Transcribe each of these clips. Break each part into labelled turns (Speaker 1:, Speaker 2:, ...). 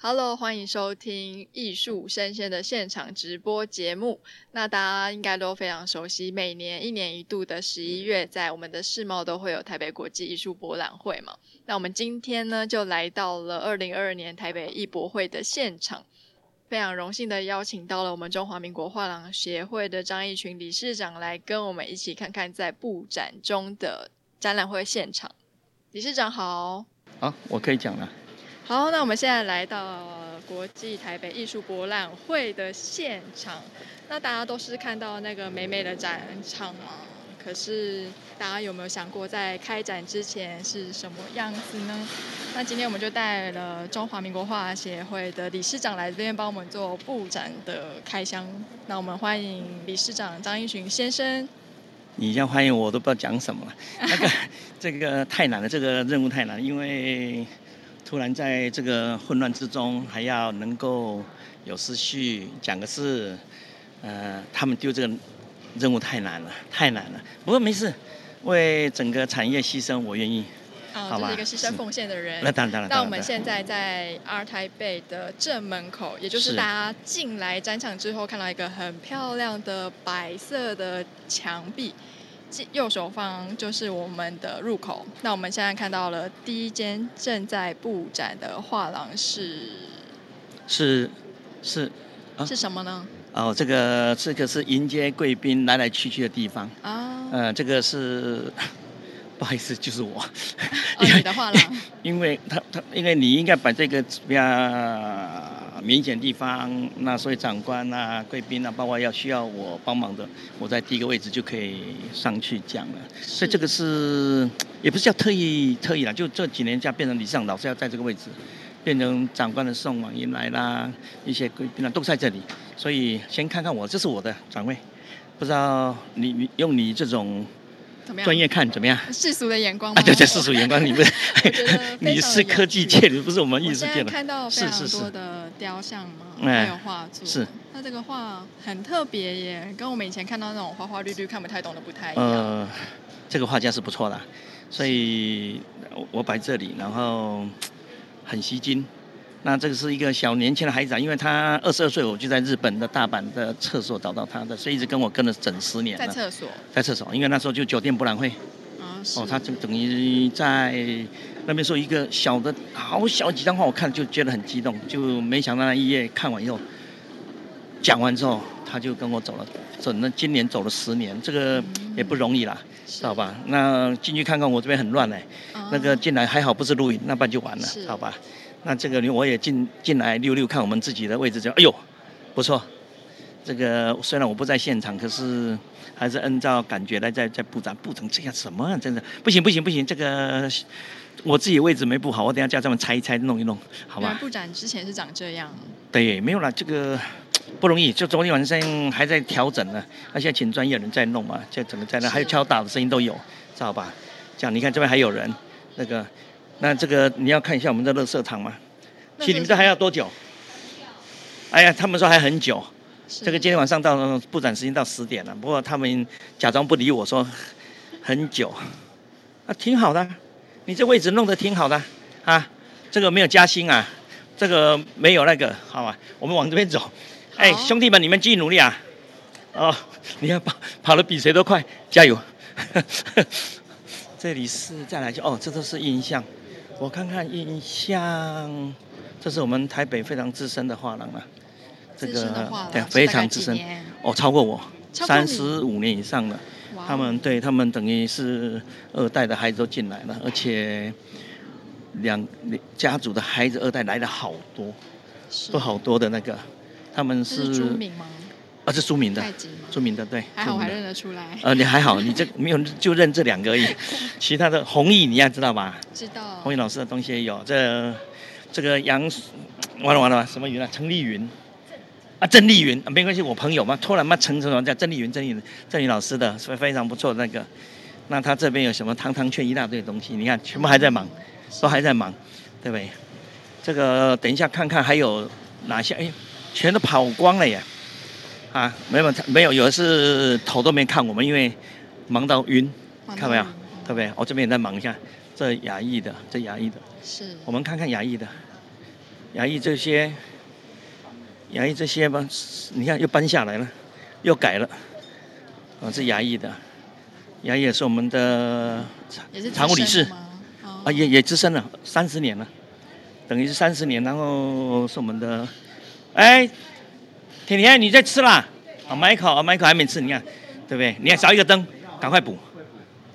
Speaker 1: Hello，欢迎收听艺术生鲜的现场直播节目。那大家应该都非常熟悉，每年一年一度的十一月，在我们的世贸都会有台北国际艺术博览会嘛。那我们今天呢，就来到了二零二二年台北艺博会的现场，非常荣幸的邀请到了我们中华民国画廊协会的张义群理事长来跟我们一起看看在布展中的展览会现场。理事长好。
Speaker 2: 好，我可以讲了。
Speaker 1: 好，那我们现在来到国际台北艺术博览会的现场。那大家都是看到那个美美的展场嘛，可是大家有没有想过，在开展之前是什么样子呢？那今天我们就带了中华民国画廊协会的理事长来这边帮我们做布展的开箱。那我们欢迎理事长张一群先生。
Speaker 2: 你这样欢迎我都不知道讲什么 了。那个这个太难了，这个任务太难了，因为突然在这个混乱之中，还要能够有思绪讲个事，呃，他们丢这个任务太难了，太难了。不过没事，为整个产业牺牲我愿意。
Speaker 1: 啊、
Speaker 2: 好
Speaker 1: 就
Speaker 2: 吧
Speaker 1: 是一个牺牲
Speaker 2: 是
Speaker 1: 奉献的人。
Speaker 2: 哎那啊当然当然。
Speaker 1: 那
Speaker 2: 当
Speaker 1: 我们
Speaker 2: 然
Speaker 1: 现在在 R 台北的正门口，也就是
Speaker 2: 是
Speaker 1: 大家进来展场之后，看到一个很漂亮的白色的墙壁，即右手方就是我们的入口。那我们现在看到了第一间正在布展的画廊是
Speaker 2: 是是啊
Speaker 1: 是什么呢？
Speaker 2: 哦，这个这个是迎接贵宾来来去去的地方。
Speaker 1: 啊，
Speaker 2: 呃，这个是 不好意思，就是我。
Speaker 1: 哦，你的画廊
Speaker 2: 因为他他，因为你应该把这个比较明显地方，那所以长官啊、贵宾啊，包括要需要我帮忙的，我在第一个位置就可以上去讲了。所以这个是也不是叫特意特意啦，就这几年这样变成理事长老师要在这个位置，变成长官的送往迎来啦，一些贵宾啊都在这里。所以先看看我，这是我的展位，不知道你你用你这种
Speaker 1: 怎么样？
Speaker 2: 专业看怎么样？
Speaker 1: 世俗的眼光吗？
Speaker 2: 啊，对对，世俗眼光，你不是
Speaker 1: 哦我 觉得非常
Speaker 2: 你是科技界的，不是我们
Speaker 1: 我
Speaker 2: 艺术
Speaker 1: 现
Speaker 2: 界
Speaker 1: 在
Speaker 2: 的。
Speaker 1: 看到非
Speaker 2: 是
Speaker 1: 常
Speaker 2: 是是
Speaker 1: 多的雕像嘛，还
Speaker 2: 哎
Speaker 1: 有画作。
Speaker 2: 是，
Speaker 1: 那这个画很特别耶，跟我们以前看到那种花花绿绿看不太懂的不太一样。
Speaker 2: 呃，这个画家是不错的，所以我我摆这里，然后很吸睛。那这个是一个小年轻的孩子啊，因为他二十二岁，我就在日本的大阪的厕所找到他的，所以一直跟我跟了整十年
Speaker 1: 在
Speaker 2: 了，
Speaker 1: 厕所
Speaker 2: 在厕所，因为那时候就酒店博览会，
Speaker 1: 啊，
Speaker 2: 哦
Speaker 1: 是，
Speaker 2: 他就等于在那边说一个小的好小几张画，我看就觉得很激动，就没想到那一页看完以后，讲完之后他就跟我走了，整了今年走了十年，这个也不容易啦，知道吧？那进去看看，我这边很乱哎、
Speaker 1: 啊
Speaker 2: 那个进来还好不是录影，那不然就完了
Speaker 1: 是，
Speaker 2: 好吧？那这个我也进进来溜溜看我们自己的位置，就哎呦，不错。这个虽然我不在现场，可是还是按照感觉来在在布展，布成这样什么啊？真的不行不行不行，这个我自己位置没布好，我等一下叫他们拆一拆弄一弄，好
Speaker 1: 原来
Speaker 2: 吧？
Speaker 1: 布展之前是长这样，
Speaker 2: 对，没有啦，这个不容易。就昨天晚上还在调整呢，那现在请专业人在弄嘛，就整个在那，
Speaker 1: 是
Speaker 2: 还有敲打的声音都有，知道吧？这样你看这边还有人，那个，那这个你要看一下我们的乐色场嘛。
Speaker 1: 那
Speaker 2: 其实你们这还要多久？哎呀，他们说还很久。
Speaker 1: 是
Speaker 2: 这个今天晚上到布展时间到十点了，不过他们假装不理我说很久，啊，挺好的啊，你这位置弄得挺好的啊啊，这个没有加薪啊，这个没有那个，好吧，我们往这边走，哎，
Speaker 1: 好
Speaker 2: 兄弟们，你们继续努力啊，哦，你要跑跑得比谁都快，加油！ 这里是再来就哦，这都是印象，我看看印象，这是我们台北非常资深的画廊了、这
Speaker 1: 资
Speaker 2: 个
Speaker 1: 深的画
Speaker 2: 对
Speaker 1: 廊，
Speaker 2: 非常资深，哦，超过我
Speaker 1: 超过
Speaker 2: 三
Speaker 1: 你
Speaker 2: 十五年以上了。
Speaker 1: 哇哦
Speaker 2: 他们对他们等于是二代的孩子都进来了，而且两家族的孩子二代来了好多，
Speaker 1: 是
Speaker 2: 都好多的那个，他们
Speaker 1: 这是
Speaker 2: 是
Speaker 1: 朱敏吗？
Speaker 2: 啊，是苏明的
Speaker 1: 太，极吗？
Speaker 2: 苏明的对，
Speaker 1: 还好
Speaker 2: 苏
Speaker 1: 我
Speaker 2: 明
Speaker 1: 还
Speaker 2: 的
Speaker 1: 认得出来，
Speaker 2: 呃，你还好，你这没有就认这两个 而已，其他的弘毅你要知道吧？
Speaker 1: 知道
Speaker 2: 洪。云老师的东西也有，这这个杨，完了完了，什么云啊？陈丽云啊，郑丽云、啊，没关系，我朋友嘛，突然嘛，陈什么叫郑丽云？郑丽云，郑丽老师的非非常不错的那个。那他这边有什么汤汤券一大堆的东西，你看全部还在忙，都还在忙，对不对？这个等一下看看还有哪些，哎，全都跑光了耶！啊，没有没有，有的是头都没看我们，因为忙到晕，
Speaker 1: 黄
Speaker 2: 看到没有嗯哦
Speaker 1: 丽云？
Speaker 2: 对不对？我、这边也在忙一下，这牙医的，这牙医的。
Speaker 1: 哦是
Speaker 2: 我们看看牙医的，雅艺这些，雅艺这些吧，你看又搬下来了，又改了，啊，是雅艺的，雅艺也是我们的
Speaker 1: 也是
Speaker 2: 常务理
Speaker 1: 资
Speaker 2: 事
Speaker 1: 深的吗？哦
Speaker 2: 啊，也也资深了三十年了，等于是三十年，然后是我们的，哎，甜甜你在吃啦？啊，Michael 啊，Michael 还没吃，你看，对不对？你看少一个灯，赶快补。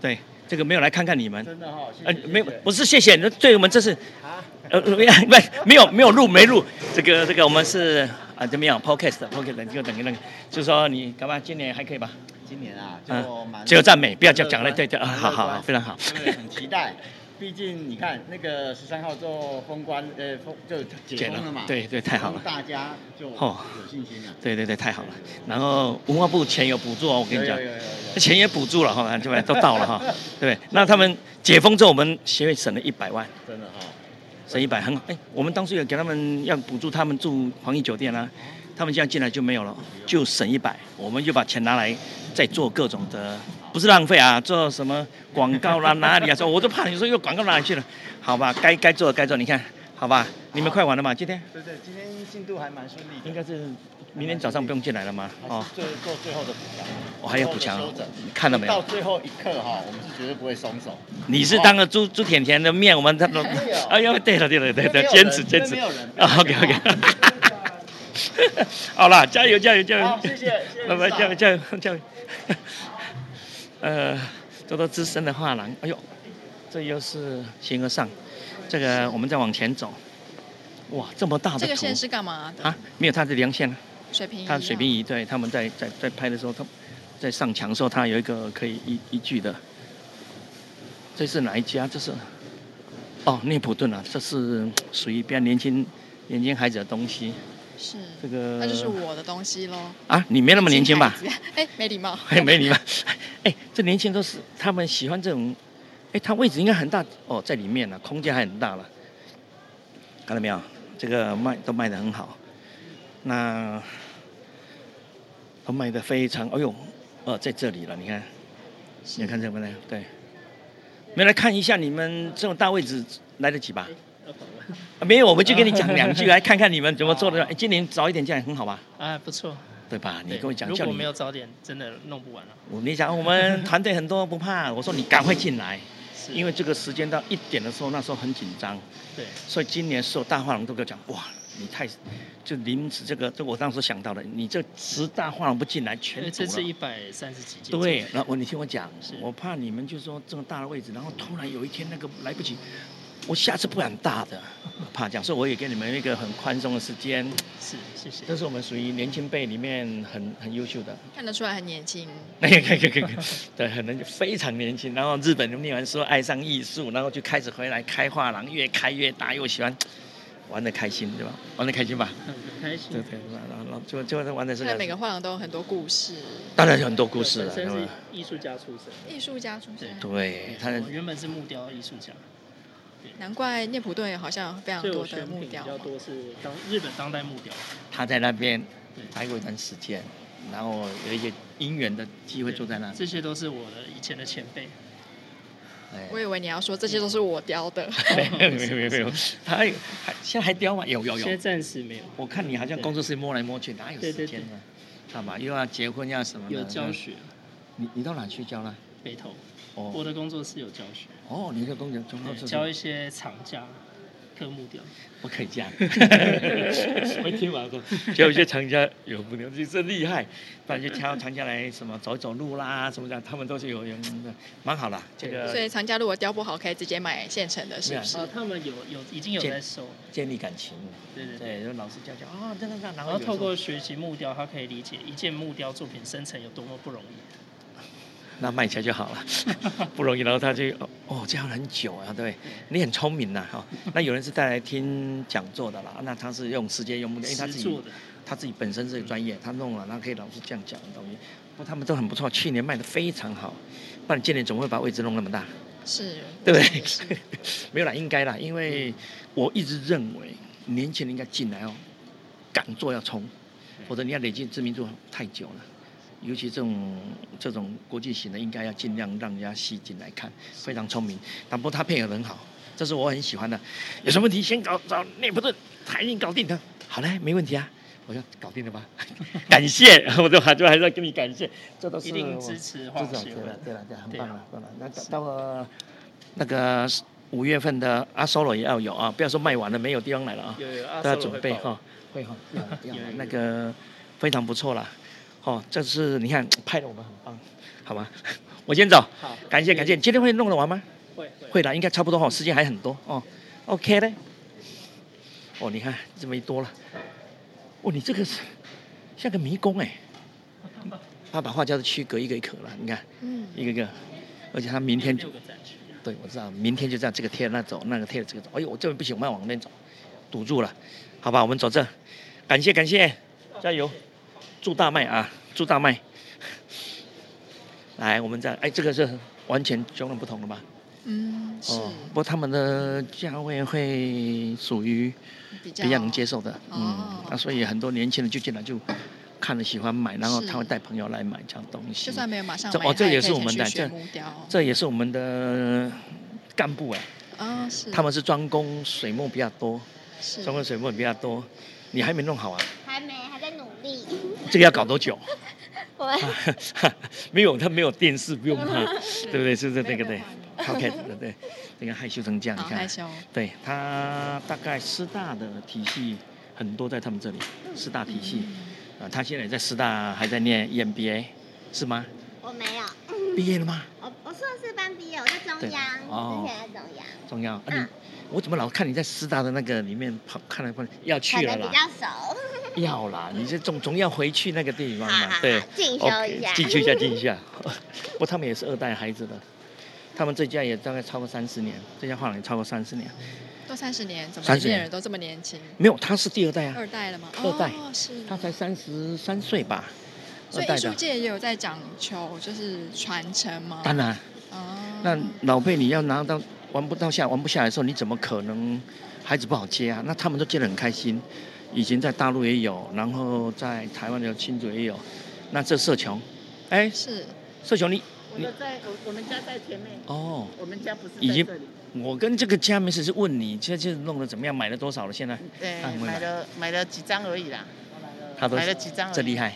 Speaker 2: 对，这个没有来看看你们，
Speaker 3: 真的哈、谢谢
Speaker 2: 呃，
Speaker 3: 谢谢
Speaker 2: 没有，不是谢谢，那对我们这是，
Speaker 3: 啊，
Speaker 2: 呃，呃不，没有没有录没录，这个这个我们是啊怎么样？Podcast Podcast 就等于那个，就说你干嘛？今年还可以吧？
Speaker 3: 今年啊，
Speaker 2: 嗯
Speaker 3: 就蛮
Speaker 2: 只有赞美不要讲讲了对对啊
Speaker 3: 蛮乐
Speaker 2: 好好
Speaker 3: 观
Speaker 2: 好非常好
Speaker 3: 对，很期待。毕竟你看那个十三号就封关，呃，封就解封了嘛，
Speaker 2: 对对，太好了。
Speaker 3: 大家就
Speaker 2: 哦
Speaker 3: 有信心了。
Speaker 2: 对对对，太好了。然后文化部钱有补助哦，我跟你讲
Speaker 3: 有，有有有有
Speaker 2: 钱也补助了哈，对吧？都到了 哈，对不对？那他们解封之后，我们协会省了一百万，
Speaker 3: 真的哈、
Speaker 2: 省一百很好。哎，我们当初有给他们要补助他们住防疫酒店啊，他们现在进来就没有了，就省一百，我们就把钱拿来再做各种的，不是浪费啊，做什么广告啦、哪里啊，说我都怕你说又广告哪里去了，好吧，该该做的该做，你看，好吧，你们快完了嘛？今天
Speaker 3: 对对，今天进度还蛮顺利的，
Speaker 2: 应该是明天早上不用进来了吗？
Speaker 3: 还
Speaker 2: 哦
Speaker 3: 是。最做最后的补强，
Speaker 2: 我还要补强
Speaker 3: 最后的修整，
Speaker 2: 你看到没
Speaker 3: 到
Speaker 2: 有？
Speaker 3: 最后一刻哈、我们是绝对不会松手。
Speaker 2: 你是当了朱朱甜甜的面，我们他都
Speaker 3: 没有
Speaker 2: 哎呦，对了对了对了，坚持坚持
Speaker 3: 没有人。
Speaker 2: 啊，OK OK，好啦，加油加油加油
Speaker 3: 好，！谢谢，谢谢
Speaker 2: 拜拜，加油
Speaker 3: 理事长
Speaker 2: 加油加油！ 呃，多多资深的画廊，哎呦，这又是形而上，这个我们再往前走，哇，这么大的
Speaker 1: 这个
Speaker 2: 图
Speaker 1: 线是干嘛的？
Speaker 2: 啊，没有它的量线了。
Speaker 1: 水平仪
Speaker 2: 它水平
Speaker 1: 啊
Speaker 2: 仪对他们在在在拍的时候，他在上墙的时候，它有一个可以依依据的。这是哪一家？这是哦，涅普顿啊，这是嗯属于比较年轻年轻孩子的东西。
Speaker 1: 是，
Speaker 2: 这个
Speaker 1: 那就是我的东西喽。
Speaker 2: 啊，你没那么年轻吧？
Speaker 1: 新孩子？哎，没礼貌。
Speaker 2: 哎， 没你吧？哎，这年轻都是他们喜欢这种，哎，它位置应该很大哦，在里面呢、空间还很大了。看到没有？这个卖都卖得很好，那都卖得非常，哎呦，哦，在这里了，你看，你看这个呢？对，没来看一下你们这种大位置来得及吧？
Speaker 3: 要走了
Speaker 2: 啊没有，我们就跟你讲 两句，来看看你们怎么做的。哎，今年早一点进来很好吧？
Speaker 4: 啊，不错。
Speaker 2: 对吧？你
Speaker 4: 对
Speaker 2: 跟我讲，
Speaker 4: 如
Speaker 2: 叫
Speaker 4: 果
Speaker 2: 你
Speaker 4: 没有早点，真的弄不完了。
Speaker 2: 我哦你讲我们团队很多不怕，我说你赶快进来，
Speaker 4: 是
Speaker 2: 因为这个时间到一点的时候，那时候很紧张，
Speaker 4: 对，
Speaker 2: 所以今年所有大画廊都跟我讲，哇，你太就临时这个，这我当时想到了，你这十大画廊不进来
Speaker 4: 因
Speaker 2: 全
Speaker 4: 为
Speaker 2: 堵
Speaker 4: 这次一
Speaker 2: 了。
Speaker 4: 百三十几件。
Speaker 2: 对，然后我你听我讲
Speaker 4: 是，
Speaker 2: 我怕你们就说这么大的位置，然后突然有一天那个来不及，我下次不敢大的，怕这样，所以我也给你们一个很宽松的时间，
Speaker 4: 是谢谢。
Speaker 2: 这是我们属于年轻辈里面很很优秀的。
Speaker 1: 看得出来很年轻，
Speaker 2: 那个、可以、可以、可以，对，很能非常年轻。然后日本念完书，爱上艺术，然后就开始回来开画廊，越开越大，又喜欢玩的开心，对吧？玩的开心吧？
Speaker 4: 很开心。
Speaker 2: 对对对吧，然后然后就就玩的是
Speaker 1: 看来每个画廊都有很多故事。
Speaker 2: 当然有很多故事了，对
Speaker 4: 本身
Speaker 2: 吧
Speaker 4: 是？艺术家出身。
Speaker 1: 艺术家出身，
Speaker 2: 对，他
Speaker 4: 我原本是木雕艺术家，
Speaker 1: 难怪涅普顿好像有非常
Speaker 4: 所以
Speaker 1: 多
Speaker 4: 我
Speaker 1: 的
Speaker 4: 选
Speaker 1: 木
Speaker 4: 品比
Speaker 1: 雕
Speaker 4: 较
Speaker 1: 嘛。
Speaker 4: 多是当日本当代木雕。
Speaker 2: 他在那边
Speaker 4: 对
Speaker 2: 待过一段时间，然后有一些因缘的机会
Speaker 4: 对
Speaker 2: 坐在那里。
Speaker 4: 这些都是我的以前的前辈。
Speaker 2: 哎
Speaker 1: 我以为你要说这些都是我雕 的，
Speaker 2: 没有没有没有没有，他还还现在还雕吗？有有有
Speaker 4: 现。在暂时没有，
Speaker 2: 我看你好像工作室摸来摸去，哪有
Speaker 4: 对
Speaker 2: 时
Speaker 4: 对
Speaker 2: 间
Speaker 4: 对
Speaker 2: 呢？干嘛又要结婚要什么的？
Speaker 4: 有教学，
Speaker 2: 你你到哪去教呢？
Speaker 4: 北投，我
Speaker 2: 哦
Speaker 4: 的工作室有教学，
Speaker 2: 哦，你的工作中
Speaker 4: 对
Speaker 2: 号是
Speaker 4: 教一些藏家刻木 雕。。
Speaker 2: 不可以这样
Speaker 4: 我听完
Speaker 2: 过，就有些藏家有不能，就是厉害，不然就挑藏家来什么走一走路啦，什么的，他们都是有有有蛮好啦。这
Speaker 1: 所
Speaker 2: 个
Speaker 1: 以长家如果雕不好，可以直接买现成的，是不是？
Speaker 4: 啊，他们有有已经有
Speaker 2: 见
Speaker 4: 在收，
Speaker 2: 建立感情，
Speaker 4: 对对对。
Speaker 2: 对，就老师教教啊，这样这样，然
Speaker 4: 然
Speaker 2: 后
Speaker 4: 后
Speaker 2: 有时候
Speaker 4: 透过学习木雕，他可以理解一件木雕作品生成有多么不容易。
Speaker 2: 那卖起来就好 了，不容易。然后他就哦哦，这样很久啊，对，你很聪明呐、哈、那有人是带来听讲座的啦，那他是用时间用木雕，因为哎他
Speaker 4: 实
Speaker 2: 自己
Speaker 4: 做的，
Speaker 2: 他自己本身是专业，他弄了，那可以老师这样讲的东西。不过他们都很不错，去年卖的非常好，不然今年怎么会把位置弄那么大？
Speaker 1: 是，
Speaker 2: 对不
Speaker 1: 我想
Speaker 2: 对
Speaker 1: 也是？
Speaker 2: 没有啦，应该啦，因为我一直认为年轻人应该进来哦，敢做要冲，否则你要累积知名度太久了。尤其这种这种国际型的，应该要尽量让人家吸进来看，非常聪明。但不过他配合得很好，这是我很喜欢的。有什么问题先搞找哎内部顿，他一定搞定的。好嘞，没问题啊。我说搞定了吧？感谢， 我就还就还是要跟你感谢，这都是
Speaker 4: 一定
Speaker 2: 我
Speaker 4: 支持
Speaker 2: 对
Speaker 4: 化
Speaker 2: 了，
Speaker 4: 学
Speaker 2: 对了
Speaker 4: 文，，
Speaker 2: 对了，对了，很
Speaker 4: 对
Speaker 2: 棒
Speaker 4: 啊
Speaker 2: 了，棒了。那到到了那个五月份的阿 solo 也要有啊，不要说卖完了没有地方来了啊，
Speaker 4: 有有
Speaker 2: 大
Speaker 4: 啊，
Speaker 2: 家
Speaker 4: 收了
Speaker 2: 准
Speaker 4: 会
Speaker 2: 备
Speaker 4: 报
Speaker 2: 哈，会哈，要了 要了
Speaker 4: 有有
Speaker 2: 那个非常不错啦。哦，这是你看拍的我们很棒，好吗？ 我先走，
Speaker 4: 好，
Speaker 2: 感谢感谢，今天会弄得完吗？
Speaker 4: 会
Speaker 2: 会啦，应该差不多哈，时间还很多哦。OK 嘞。哦，你看这么一多了，哦，你这个是像个迷宫哎、他把画家的区隔一个一个了，你看
Speaker 1: 嗯，
Speaker 2: 一个一个，而且他明天就
Speaker 4: 六个展区，
Speaker 2: 对我知道，明天就这样，这个贴那走，那个贴这个走。哎呦，我这边不行，我们要往那边走，堵住了，好吧，我们走这，感谢感谢，加油，祝大卖啊，祝大卖。 来，我们再哎，这个是完全迥然不同的吧？
Speaker 1: 嗯，是
Speaker 2: 哦，不过他们的价位会属于
Speaker 1: 比较
Speaker 2: 比较能接受的，
Speaker 1: 哦
Speaker 2: 嗯，那所以很多年轻人就进来就看了喜欢买，然后
Speaker 1: 是
Speaker 2: 他会带朋友来买这样东西。
Speaker 1: 就算没有马上
Speaker 2: 这
Speaker 1: 买，
Speaker 2: 哦这
Speaker 1: 他
Speaker 2: 也是
Speaker 1: 可以
Speaker 2: 我们
Speaker 1: 先
Speaker 2: 的
Speaker 1: 去学
Speaker 2: 这
Speaker 1: 木雕
Speaker 2: 这也是我们的干部哎，
Speaker 1: 啊是
Speaker 2: 他们是专攻水墨比较多，
Speaker 1: 是
Speaker 2: 专攻水墨比较多。你还没弄好啊？
Speaker 5: 还没，还在努力。
Speaker 2: 这个要搞多久？
Speaker 5: 我
Speaker 2: 没有，他没有电视，不用怕，对不对？是不是？
Speaker 1: 没
Speaker 2: 对
Speaker 1: 有
Speaker 2: 不
Speaker 1: 没
Speaker 2: 对
Speaker 1: 有
Speaker 2: ？OK，对对，你看害羞成这样，你
Speaker 1: 好
Speaker 2: 看
Speaker 1: 害，羞，
Speaker 2: 对他大概师大的体系很多在他们这里，师大体
Speaker 1: 嗯
Speaker 2: 系啊，他现在也在师大还在念 EMBA 是吗？
Speaker 5: 我没有，
Speaker 2: 毕业了吗？
Speaker 5: 我我硕士班毕业，我在中
Speaker 2: 对
Speaker 5: 央，
Speaker 2: 哦
Speaker 5: 之前在中央，
Speaker 2: 重要啊你
Speaker 5: 嗯，
Speaker 2: 我怎么老看你在师大的那个里面跑看来看去要
Speaker 5: 可
Speaker 2: 去了
Speaker 5: 能比
Speaker 2: 啦，
Speaker 5: 较熟，
Speaker 2: 要啦，你这总总要回去那个地方
Speaker 5: 好好
Speaker 2: 嘛，
Speaker 5: 好
Speaker 2: 对。，
Speaker 5: 进修
Speaker 2: OK，
Speaker 5: 一下。
Speaker 2: 进修一下，进修一下。 不过他们也是二代孩子的，他们这家也大概超过三十年，这家画廊也超过三十年。
Speaker 1: 都三十年，怎么
Speaker 2: 30
Speaker 1: 里面
Speaker 2: 年
Speaker 1: 人都这么年轻？
Speaker 2: 没有，他是第二代啊，
Speaker 1: 二代了吗？
Speaker 2: 二代
Speaker 1: 哦、是，
Speaker 2: 他才三十三岁吧，
Speaker 1: 所
Speaker 2: 二
Speaker 1: 以
Speaker 2: 代
Speaker 1: 艺术
Speaker 2: 的。
Speaker 1: 界也有在讲求就是传承吗？
Speaker 2: 当然，
Speaker 1: 哦，
Speaker 2: 那老辈你要拿到玩不到下玩不下来的时候，你怎么可能孩子不好接啊？那他们都接得很开心，以前在大陆也有，然后在台湾的青竹也有，那这社穷，哎，
Speaker 1: 是
Speaker 2: 社穷你
Speaker 3: 我的在，我我们家在前面，
Speaker 2: 哦。
Speaker 3: 我们家不是在
Speaker 2: 已经嗯
Speaker 3: 这里。
Speaker 2: 我跟这个家没事是问你，这这弄得怎么样？买了多少了？现在
Speaker 6: 对
Speaker 2: 看，会买
Speaker 6: 买了买了几张而已啦，
Speaker 2: 他都
Speaker 6: 买了几张而
Speaker 2: 这
Speaker 6: 已嗯
Speaker 2: 厉害，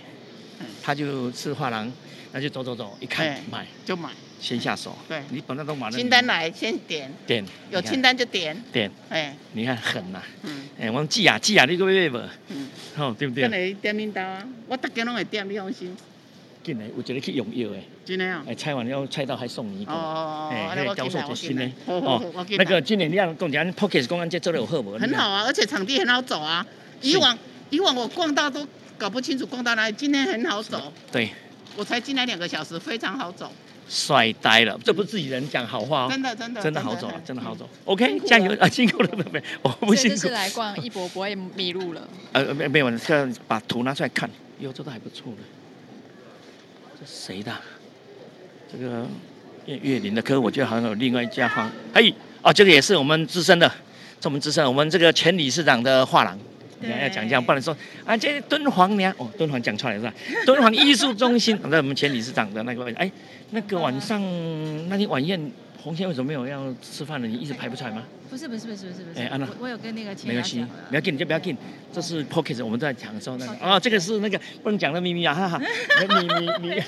Speaker 2: 他就是画廊，那就走走走，一看
Speaker 6: 对
Speaker 2: 买，
Speaker 6: 就买。
Speaker 2: 先下手。
Speaker 6: 对
Speaker 2: 你本来都买了，
Speaker 6: 清单来先点，
Speaker 2: 点
Speaker 6: 有清
Speaker 2: 单
Speaker 6: 单就点，
Speaker 2: 点，
Speaker 6: 哎，
Speaker 2: 你看狠呐！
Speaker 6: 嗯
Speaker 2: 哎，我们记啊记啊，你个月无，
Speaker 6: 嗯，
Speaker 2: 吼哦对不
Speaker 6: 跟
Speaker 2: 对？
Speaker 6: 来点领导啊，我大家拢会点，你放心，
Speaker 2: 进来，有一个去用药的，
Speaker 6: 真的哦。
Speaker 2: 哎，拆完以后菜刀还送你一
Speaker 6: 哦
Speaker 2: 个。
Speaker 6: 哦哦，
Speaker 2: 哎
Speaker 6: 那
Speaker 2: 那
Speaker 6: 我
Speaker 2: 个
Speaker 6: 进
Speaker 2: 销
Speaker 6: 来，
Speaker 2: 售
Speaker 6: 我
Speaker 2: 就新
Speaker 6: 进
Speaker 2: 的哦
Speaker 6: 来，好好好 我进
Speaker 2: 那
Speaker 6: 来
Speaker 2: 个今年你要讲讲 p o c k e t 公安街做的有好无？
Speaker 6: 很好啊，而且场地很好走啊。以往以往我逛到都搞不清楚逛到哪里，今天很好走，
Speaker 2: 对，
Speaker 6: 我才进来两个小时，非常好走，
Speaker 2: 帅呆了，这不是自己人讲好话哦
Speaker 6: 真，的真的
Speaker 2: 真的好走了，真的好。
Speaker 6: 嗯
Speaker 2: 走。OK，加油啊，辛苦了，不不，我 不
Speaker 1: 所以
Speaker 2: 辛
Speaker 1: 这
Speaker 2: 苦
Speaker 1: 次。来 逛一博不会迷路了，
Speaker 2: 呃，没没有，这样把图拿出来看，哟，这都还不错的。这谁的啊？这个岳岳林的，可是我觉得好像有另外一家画，嘿，哦，这个也是我们资深的，这我们资深的，我们这个前理事长的画廊。你要要讲这样，不然说啊，这敦煌娘哦，敦煌讲出来是吧？敦煌艺术中心，那我们前理事长的那个位置，哎，那个晚上那天晚宴，红线为什么没有要吃饭呢？你一直排不出来吗？
Speaker 7: 不是不是不是不是不是，
Speaker 2: 哎安娜
Speaker 7: 我我有跟那个千
Speaker 2: 没
Speaker 7: 雅
Speaker 2: 关系
Speaker 7: 讲啊了，
Speaker 2: 不要紧，你就不要紧。这是 Pocket，我们在讲的时候那个哦，这个是那个不能讲的秘密啊，哈 哈。你你你，
Speaker 7: 啦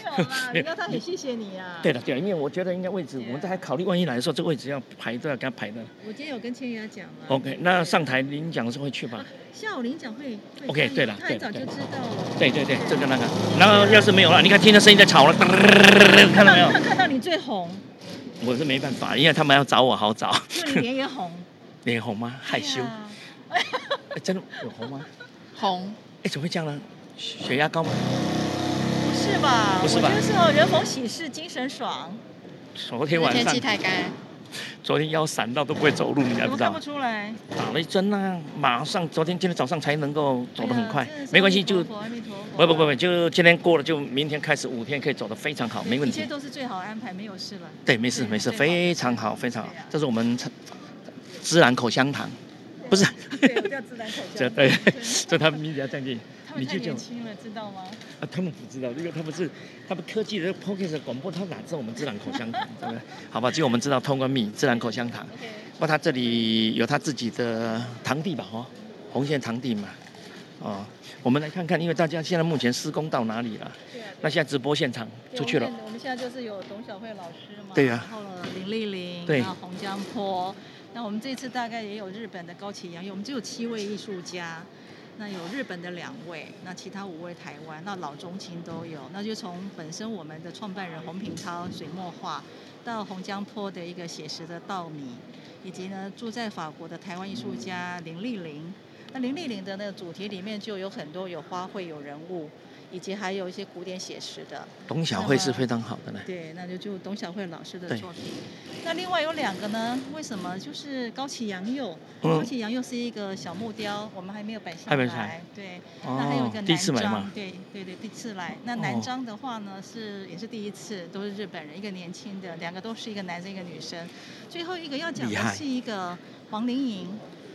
Speaker 2: 没有
Speaker 7: 要他也谢谢你啊
Speaker 2: 对了对了，因为我觉得应该位置，
Speaker 7: 对啊
Speaker 2: 我们在考虑万一来的时候，这个位置要排都要给他排的。
Speaker 7: 我今天有跟千雅讲了
Speaker 2: OK，那上台领奖的时候会去吧？
Speaker 7: 下午领奖会会
Speaker 2: OK，
Speaker 7: 他
Speaker 2: 对了
Speaker 7: 他
Speaker 2: 对了
Speaker 7: 很早就
Speaker 2: 对了
Speaker 7: 知道了。
Speaker 2: 对对对，这个那个。然后要是没有了，你看听到声音在 吵了，看到没有？
Speaker 7: 他看到你 最红，
Speaker 2: 我是没办法，因为他们要找我好找。
Speaker 7: 因为你脸也红，
Speaker 2: 脸红吗？害羞
Speaker 7: 对？啊
Speaker 2: 哎真的有红吗？
Speaker 1: 红
Speaker 2: 哎，怎么会这样呢？血压高吗？
Speaker 7: 不是吧？
Speaker 2: 不是吧
Speaker 7: 我就是哦，人逢喜事精神爽，
Speaker 2: 昨
Speaker 1: 因
Speaker 2: 天
Speaker 1: 为
Speaker 2: 晚
Speaker 1: 天
Speaker 2: 上
Speaker 1: 气，太干，
Speaker 2: 昨天腰闪到都不会走路，你还
Speaker 7: 怎
Speaker 2: 不
Speaker 7: 么
Speaker 2: 知道
Speaker 7: 看
Speaker 2: 吗
Speaker 7: 不？出来？
Speaker 2: 打了一针啊，马上昨天今天早上才能够走得很快
Speaker 7: 哎呀真的，是
Speaker 2: 没关系，
Speaker 7: 阿弥
Speaker 2: 就
Speaker 7: 陀佛阿弥陀佛
Speaker 2: 不不不不，就今天过了，就明天开始五天可以走得非常好，没问
Speaker 7: 一
Speaker 2: 题
Speaker 7: 切。都是最好的安排，没 有事了。
Speaker 2: 对，没事
Speaker 7: 对
Speaker 2: 没事，
Speaker 7: 最好的
Speaker 2: 非常好非常好
Speaker 7: 对啊。
Speaker 2: 这是我们孜然口香糖，不是，
Speaker 7: 对，我叫自然口
Speaker 2: 这
Speaker 7: 香。
Speaker 2: 对，这他们名字要这样给你
Speaker 7: 他
Speaker 2: 你
Speaker 7: 们太
Speaker 2: 就这样
Speaker 7: 年轻了，知道吗？
Speaker 2: 啊，他们不知道，因为他们是他们科技的 p o c k e t 广播，他哪知道我们孜然口香糖，对不对？好吧，只有我们知道通关蜜孜然口香糖。
Speaker 7: OK，
Speaker 2: 不过他这里有他自己的堂弟吧，哦，红线堂弟嘛，哦，我们来看看，因为大家现在目前施工到哪里了？
Speaker 7: 对啊
Speaker 2: 那现在直播现场
Speaker 7: 对
Speaker 2: 出去了
Speaker 7: 我们，现我们现在就是有董晓慧老师嘛，
Speaker 2: 对呀
Speaker 7: 然后林丽玲，
Speaker 2: 对
Speaker 7: 然后洪江坡。那我们这次大概也有日本的高崎洋介，我们只有七位艺术家，那有日本的两位，那其他五位台湾，那老中青都有。那就从本身我们的创办人洪品涛水墨画，到洪江坡的一个写实的稻米，以及呢住在法国的台湾艺术家林丽玲。那林丽玲的那个主题里面就有很多有花卉、有人物，以及还有一些古典写实的。
Speaker 2: 董小慧是非常好的呢。
Speaker 7: 对，那就就董小慧老师的
Speaker 2: 对
Speaker 7: 作品。那另外有两个呢？为什么？就是高崎洋佑，高
Speaker 2: 嗯，
Speaker 7: 崎洋佑是一个小木雕，我们还没有摆下
Speaker 2: 还没
Speaker 7: 来。
Speaker 2: 摆
Speaker 7: 对，那还有一个
Speaker 2: 哦，第一
Speaker 7: 南
Speaker 2: 次
Speaker 7: 章，
Speaker 2: 来嘛，
Speaker 7: 对对对，第一次来。那
Speaker 2: 哦
Speaker 7: 南章的话呢，是也是第一次，都是日本人，一个年轻的，两个都是一个男生一个女生。最后一个要讲
Speaker 2: 厉
Speaker 7: 的
Speaker 2: 害
Speaker 7: 是一个黄玲莹。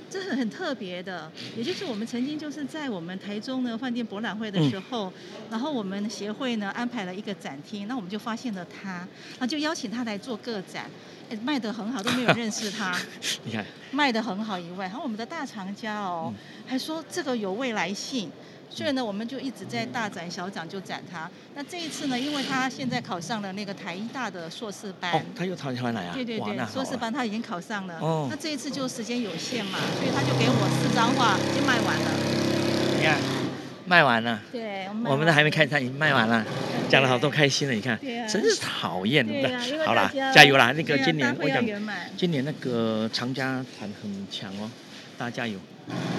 Speaker 7: 这是很特别的，也就是我们曾经就是在我们台中呢饭店博览会的
Speaker 2: 嗯
Speaker 7: 时候，然后我们协会呢安排了一个展厅，那我们就发现了她，那就邀请她来做个展，哎，卖得很好，都没有认识她。
Speaker 2: 你看，
Speaker 7: 卖得很好以外，然后我们的大藏家哦，
Speaker 2: 嗯
Speaker 7: 还说这个有未来性。所以呢，我们就一直在大展小展就展它。那这一次呢，因为他现在考上了那个台医大的硕士班，
Speaker 2: 哦，他又逃回来啊，
Speaker 7: 对对
Speaker 2: 哇那
Speaker 7: 对，
Speaker 2: 好
Speaker 7: 硕士
Speaker 2: 啊，
Speaker 7: 班他已经考上了。
Speaker 2: 哦
Speaker 7: 那这一次就时间有限嘛，所以他就给我四张画已经卖完了。
Speaker 2: 你看，卖完了，
Speaker 7: 对，
Speaker 2: 我们的还没开，他已经卖完了，讲了好多
Speaker 7: 对
Speaker 2: 开心的，你看，
Speaker 7: 对啊
Speaker 2: 真是讨厌
Speaker 7: 对呀、因为
Speaker 2: 的。好
Speaker 7: 大
Speaker 2: 啦
Speaker 7: 家，
Speaker 2: 加油啦！那个
Speaker 7: 对啊
Speaker 2: 今年
Speaker 7: 大会
Speaker 2: 我
Speaker 7: 要
Speaker 2: 讲，
Speaker 7: 圆满，
Speaker 2: 今年那个藏家团很强哦，大家加油，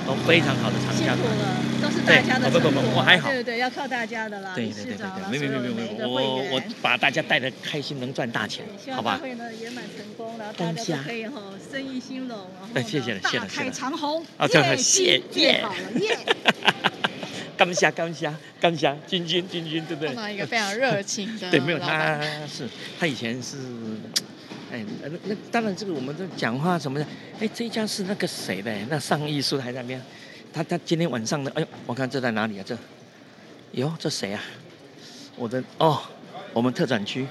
Speaker 2: 都非常好的藏
Speaker 7: 辛
Speaker 2: 家
Speaker 7: 苦
Speaker 2: 团。
Speaker 7: 了，都是大家的
Speaker 2: 对
Speaker 7: 成
Speaker 2: 不
Speaker 7: 果。
Speaker 2: 不不我还好
Speaker 7: 对对对，要靠大家的啦，
Speaker 2: 对
Speaker 7: 理
Speaker 2: 对
Speaker 7: 事
Speaker 2: 对对
Speaker 7: 长啦
Speaker 2: 对，没有没有
Speaker 7: 啊所
Speaker 2: 没有
Speaker 7: 的
Speaker 2: 没
Speaker 7: 每
Speaker 2: 有，
Speaker 7: 一个会
Speaker 2: 我我
Speaker 7: 员
Speaker 2: 把大家带的开心，能赚大钱
Speaker 7: 对，希，
Speaker 2: 好
Speaker 7: 望大
Speaker 2: 吧？
Speaker 7: 会呢圆满成功，然后大家
Speaker 2: 当下
Speaker 7: 都可以吼生意兴隆，然后呢
Speaker 2: 哎谢谢了谢
Speaker 7: 大
Speaker 2: 了谢
Speaker 7: 开
Speaker 2: 了
Speaker 7: 长虹。
Speaker 2: 啊，这样谢
Speaker 5: 最
Speaker 2: 耶
Speaker 5: 好，了耶！
Speaker 2: 感谢感谢感谢，君君君君，对不对
Speaker 1: 碰？到一个非常热情的
Speaker 2: 对，没有
Speaker 1: 老板
Speaker 2: 他是他以前是，哎，那那当然这个我们在讲话什么的，哎，这一家是那个谁的，那上艺术还在那边，他他今天晚上的，哎呦，我看这在哪里啊？这，哟，这谁啊？我的哦，我们特展区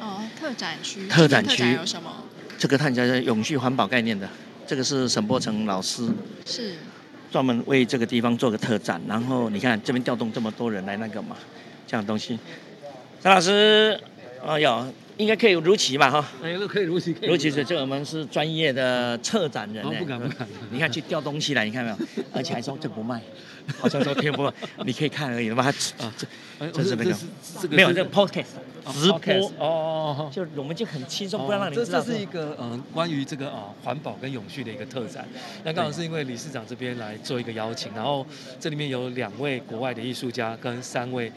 Speaker 1: 哦，特展区，
Speaker 2: 特展
Speaker 1: 今年
Speaker 2: 区
Speaker 1: 有什么？
Speaker 2: 这个看起来是永续环保概念的，这个是沈波成老师
Speaker 1: 是
Speaker 2: 专门为这个地方做个特展，然后你看这边调动这么多人来那个嘛，这样的东西，张老师，哎呦，应该可以如期嘛哈。
Speaker 8: 哎，那可以如期，可以
Speaker 2: 尤其是这个我们是专业的策展人
Speaker 8: 哦
Speaker 2: 呢、
Speaker 8: 不敢不敢
Speaker 2: 你看去调东西来，你看没有？而且还说这不卖，好像说天不 卖，你可以看而已，他妈啊这
Speaker 8: 哎
Speaker 2: 这是那
Speaker 8: 这
Speaker 2: 个
Speaker 8: 是这个
Speaker 2: 没有这
Speaker 8: 这
Speaker 2: 个 podcast 直播，
Speaker 8: 哦。
Speaker 2: 就我们就很轻松，不要让你
Speaker 8: 这
Speaker 2: 知道
Speaker 8: 哦这
Speaker 2: 说。
Speaker 8: 是一个嗯、呃关于这个啊环保跟永续的一个特展。那刚好是因为理事长这边来做一个邀请，然后这里面有两位国外的艺术家跟三位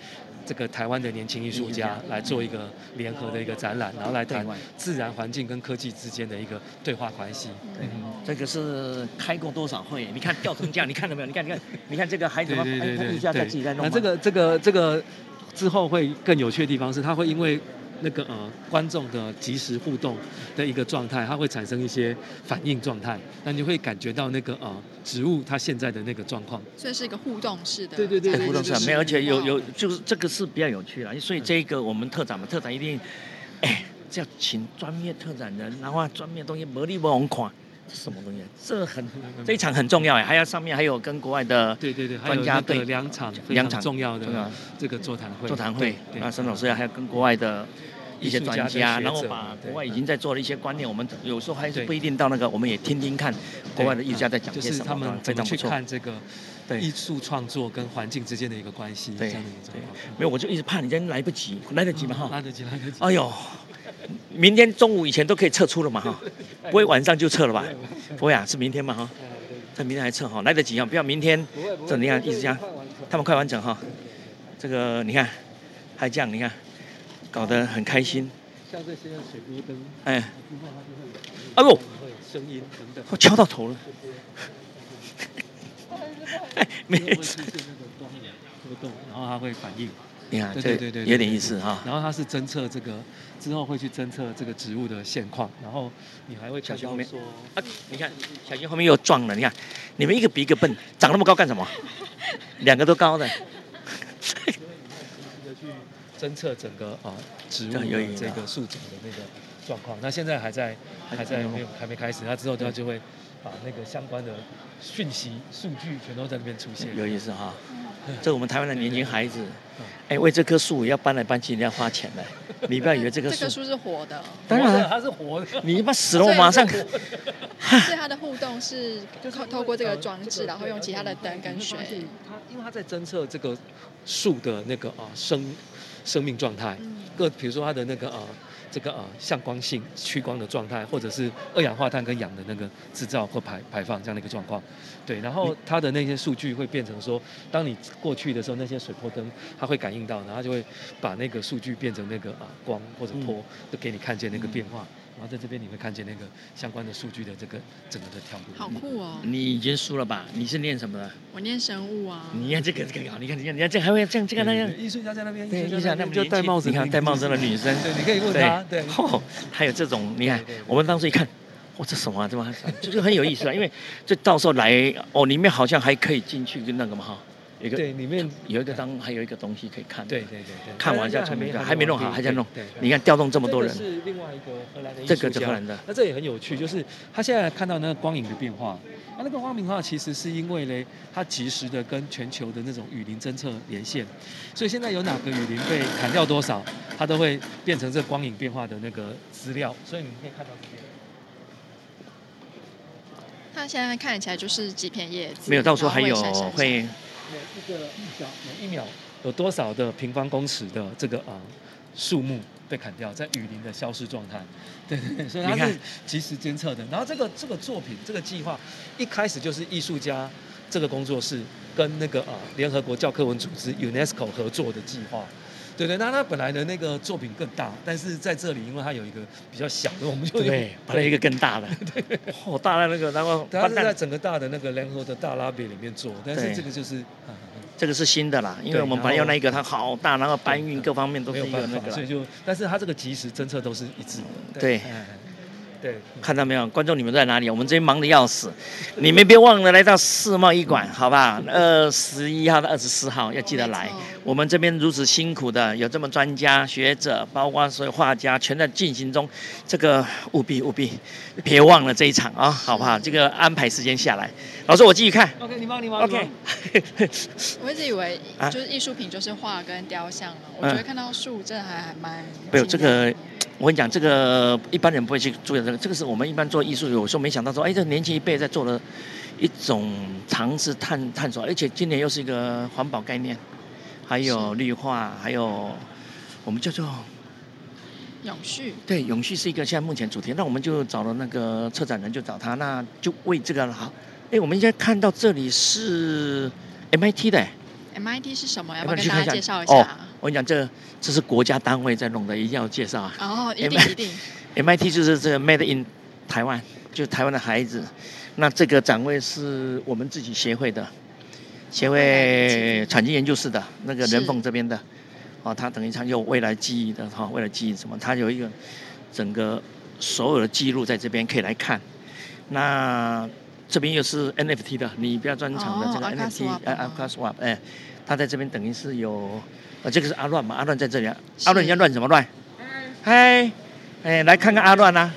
Speaker 8: 这个台湾的年轻艺术家来做一个联合的一个展览，然后来谈
Speaker 2: 对
Speaker 8: 自然环境跟科技之间的一个对话关系。嗯
Speaker 2: 这个是开过多少会？你看调成这样，你看到没有？你看你看你看这个孩子
Speaker 8: 对
Speaker 2: 们，
Speaker 8: 对
Speaker 2: 哎
Speaker 8: 对
Speaker 2: 他
Speaker 8: 对，
Speaker 2: 一下在自己在弄
Speaker 8: 那
Speaker 2: 吗。
Speaker 8: 这个这个这个之后会更有趣的地方是，它会因为那个呃观众的及时互动的一个状态，它会产生一些反应状态，那你会感觉到那个呃植物它现在的那个状况。
Speaker 1: 所以是一个互动式的，
Speaker 8: 对对对
Speaker 2: 哎
Speaker 8: 对
Speaker 2: 互动
Speaker 8: 对
Speaker 2: 是吧没有，而且有
Speaker 1: 哇
Speaker 2: 有就是这个是比较有趣了，啊
Speaker 8: 嗯
Speaker 2: 所以这个我们特展嘛，特展一定，哎，这要请专业特展人，然后专业东西没力不红看，这什么东西啊？这很这一场很重要哎，还有上面还有跟国外的
Speaker 8: 嗯对对对，还有
Speaker 2: 专家
Speaker 8: 那个
Speaker 2: 对
Speaker 8: 两场非
Speaker 2: 两
Speaker 8: 常
Speaker 2: 场
Speaker 8: 重要
Speaker 2: 重要
Speaker 8: 的这个座谈会，
Speaker 2: 座谈会，
Speaker 8: 对
Speaker 2: 那沈老师还有跟国外的。一些专
Speaker 8: 艺术家
Speaker 2: 家，
Speaker 8: 跟学者
Speaker 2: 然后把国外已经在做的一些观念，我们有时候还是
Speaker 8: 对
Speaker 2: 不一定到那个，我们也听听看国外的艺术家在讲
Speaker 8: 就
Speaker 2: 些
Speaker 8: 是
Speaker 2: 什
Speaker 8: 他
Speaker 2: 么
Speaker 8: 们，
Speaker 2: 非
Speaker 8: 怎么
Speaker 2: 常不
Speaker 8: 去
Speaker 2: 错。
Speaker 8: 看这个
Speaker 2: 对
Speaker 8: 艺术创作跟环境之间的一个关系，这
Speaker 2: 对
Speaker 8: 样的啊一个状
Speaker 2: 对
Speaker 8: 况。，
Speaker 2: 没有，我就一直怕你今天来不及，来得及吗？哈，
Speaker 8: 拉得及，拉得及。
Speaker 2: 哎呦，明天中午以前都可以撤出了嘛 哈，不会晚上就撤了吧？不会啊，是明天嘛哈，在明天还撤哈，来得及啊，不要明天
Speaker 8: 不会不会
Speaker 2: 怎么样？
Speaker 8: 这
Speaker 2: 一
Speaker 8: 个
Speaker 2: 直这样
Speaker 8: 快完成，
Speaker 2: 他们快完成哈。这个你看，还这样，你看，搞得很开心，
Speaker 8: 像这些水波灯，
Speaker 2: 哎，
Speaker 8: 之后它就会有反应
Speaker 2: 哎呦，
Speaker 8: 会有声音等等，
Speaker 2: 我敲到头了，哎没
Speaker 8: 就会出现那个光影波动，然后它会反应，
Speaker 2: 你看
Speaker 8: 对
Speaker 2: 啊这
Speaker 8: 对对对对
Speaker 2: 有点意思哈，
Speaker 8: 然后它是侦测这个之后会去侦测这个植物的现况，然后你还会
Speaker 2: 小
Speaker 8: 看
Speaker 2: 心
Speaker 8: 到
Speaker 2: 后面
Speaker 8: 说，
Speaker 2: 啊，你看小新后面又撞了，你看你们一个比一个笨，长那么高干什么？两个都高的。
Speaker 8: 侦测整个啊植物
Speaker 2: 这样有意
Speaker 8: 的
Speaker 2: 义
Speaker 8: 这
Speaker 2: 了
Speaker 8: 个树种的那个状况。那现在还在还在
Speaker 2: 还
Speaker 8: 没有还没开始，那之后它就会把那个相关的讯息、数据全都在那边出现。
Speaker 2: 有意思哈。 这我们台湾的年轻孩子
Speaker 8: 嗯，
Speaker 2: 哎，为这棵树要搬来搬去，你要花钱的。你不要以为这棵
Speaker 1: 这棵
Speaker 2: 树，
Speaker 1: 树是活 的，
Speaker 2: 当
Speaker 8: 活的
Speaker 2: 然啊，
Speaker 8: 它是活的。
Speaker 2: 你把死了，我马上。
Speaker 1: 所以它的互动 是透透过这个装置，然后用其他的灯跟水。
Speaker 8: 它因为它在侦测这个树的那个啊生生命状态，
Speaker 1: 嗯
Speaker 8: 各比如说它的那个啊这个啊向光性、趋光的状态，或者是二氧化碳跟氧的那个制造或排排放这样的一个状况。对，然
Speaker 1: 嗯
Speaker 8: 后它的那些数据会变成说，当你过去的时候，那些水波灯它会感应到，然后它就会把那个数据变成那个啊光或
Speaker 1: 嗯
Speaker 8: 者波，就给你看见那个变化。然后在这边你会看见那个相关的数据的这个整个的跳度。
Speaker 1: 好酷哦！
Speaker 2: 你已经输了吧？你是念什么的？
Speaker 1: 我念生物啊，
Speaker 2: 你看这个这个好，你看你看你看这还会这样这个那样。
Speaker 8: 艺术家在那边，
Speaker 2: 对，
Speaker 8: 艺术
Speaker 2: 你想
Speaker 8: 家在
Speaker 2: 那
Speaker 8: 那
Speaker 2: 么
Speaker 8: 边就戴帽子，
Speaker 2: 你看戴帽子的女生，
Speaker 8: 对，你可以问他，对，
Speaker 2: 哦，还有这种，你看
Speaker 8: 对对对
Speaker 2: 我们当时一看，哦，这什么啊，这么就是很有意思啊，因为这到时候来哦，里面好像还可以进去跟那个嘛哈，有一个
Speaker 8: 对，里面
Speaker 2: 有一个当还有一个东西可以看，
Speaker 8: 对，对对对，
Speaker 2: 看完再
Speaker 8: 还
Speaker 2: 从
Speaker 8: 没
Speaker 2: 那个还没弄好，还在弄，你看调动这
Speaker 8: 这
Speaker 2: 么多人，
Speaker 8: 是另外一个荷兰的艺
Speaker 2: 这
Speaker 8: 术
Speaker 2: 个这荷
Speaker 8: 家。
Speaker 2: 兰的，
Speaker 8: 那这也很有趣，就是他现在看到那个光影的变化，啊那那个光明化其实是因为嘞，它及时的跟全球的那种雨林侦测连线，所以现在有哪个雨林被砍掉多少，它都会变成这光影变化的那个资料，所以你可以看到这边。
Speaker 1: 它现在看起来就是几片叶子，
Speaker 2: 没有，到时候还
Speaker 1: 然
Speaker 2: 有
Speaker 1: 后闪闪闪
Speaker 2: 会
Speaker 8: 每一个一秒每一秒有多少的平方公尺的这个啊、呃树木被砍掉，在雨林的消失状态。 对对对，所以
Speaker 2: 你
Speaker 8: 它
Speaker 2: 看
Speaker 8: 是及时监测的。然后这个这个作品这个计划一开始就是艺术家这个工作室跟那个啊、呃联合国教科文组织 UNESCO 合作的计划。对对，那它本来的那个作品更大，但是在这里因为它有一个比较小的，我们就用
Speaker 2: 对，把那一个更大的，哦，大的那个，然后
Speaker 8: 它
Speaker 2: 搬
Speaker 8: 是
Speaker 2: 到
Speaker 8: 在整个大的那个联合国的大拉比里面做，但是
Speaker 2: 对
Speaker 8: 这个就是。啊啊啊
Speaker 2: 这个是新的啦，因为
Speaker 8: 对
Speaker 2: 我们
Speaker 8: 然
Speaker 2: 本来要
Speaker 8: 后
Speaker 2: 那一个它好大，然后搬运各方面都
Speaker 8: 没
Speaker 2: 是
Speaker 8: 有
Speaker 2: 一个
Speaker 8: 办
Speaker 2: 那
Speaker 8: 法，
Speaker 2: 个啦
Speaker 8: 所以。就，但是它这个及时侦测都是一致的。
Speaker 2: 对
Speaker 8: 哎对，
Speaker 2: 看到没有，观众你们在哪里？我们这边忙得要死，你们别忘了来到世贸一馆，好吧？二十一号到二十四号要记得来
Speaker 1: 没错。
Speaker 2: 我们这边如此辛苦的，有这么专家学者，包括所有画家，全在进行中。这个务必务必，别忘了这一场啊、好不好？这个安排时间下来，老师我继续看。
Speaker 8: OK，你忙你忙
Speaker 2: OK，
Speaker 1: 我一直以为
Speaker 2: 啊
Speaker 1: 就是艺术品就是画跟雕像了，我
Speaker 2: 嗯
Speaker 1: 觉得看到树真的还还蛮
Speaker 2: 没有
Speaker 1: 惊
Speaker 2: 这
Speaker 1: 讶的
Speaker 2: 个，我跟你讲，这个一般人不会去注意到这个，这个是我们一般做艺术，有时候没想到说，哎，这年轻一辈在做的一种尝试探探索，而且今年又是一个环保概念，还有绿化，还有我们叫做
Speaker 1: 永续，
Speaker 2: 对永续是一个现在目前主题，那我们就找了那个策展人，就找他，那就为这个好。哎，我们应该看到这里是 MIT 的，
Speaker 1: MIT 是什么？要
Speaker 2: 要
Speaker 1: 不要哎
Speaker 2: 哎不然
Speaker 1: 跟
Speaker 2: 去
Speaker 1: 大
Speaker 2: 看
Speaker 1: 家介
Speaker 2: 一
Speaker 1: 绍一？
Speaker 2: 下哦
Speaker 1: 下？，
Speaker 2: 我跟你讲，这这是国家单位在弄的，一定要介绍啊。
Speaker 1: 哦，一定
Speaker 2: M-
Speaker 1: 一定，
Speaker 2: MIT 就是这个 Made in 台湾，就是台湾的孩子。那这个展位是我们自己协会的，协会产经研究室的那个人凤这边的，哦，他等于他有未来记忆的哈、未来记忆什么，他有一个整个所有的记录在这边可以来看。那这边又是 NFT 的，你比较专长的、
Speaker 1: 哦
Speaker 2: 这个
Speaker 1: Alka
Speaker 2: NFT，
Speaker 1: Swap 嘛
Speaker 2: 呃 a l k a Swap，哎，他在这边等于是有，呃，这个是阿乱嘛，阿乱在这里、啊，
Speaker 1: 是
Speaker 2: 阿乱你要乱什么乱？
Speaker 9: 嗯
Speaker 2: 嗨，哎，来看看阿乱啊。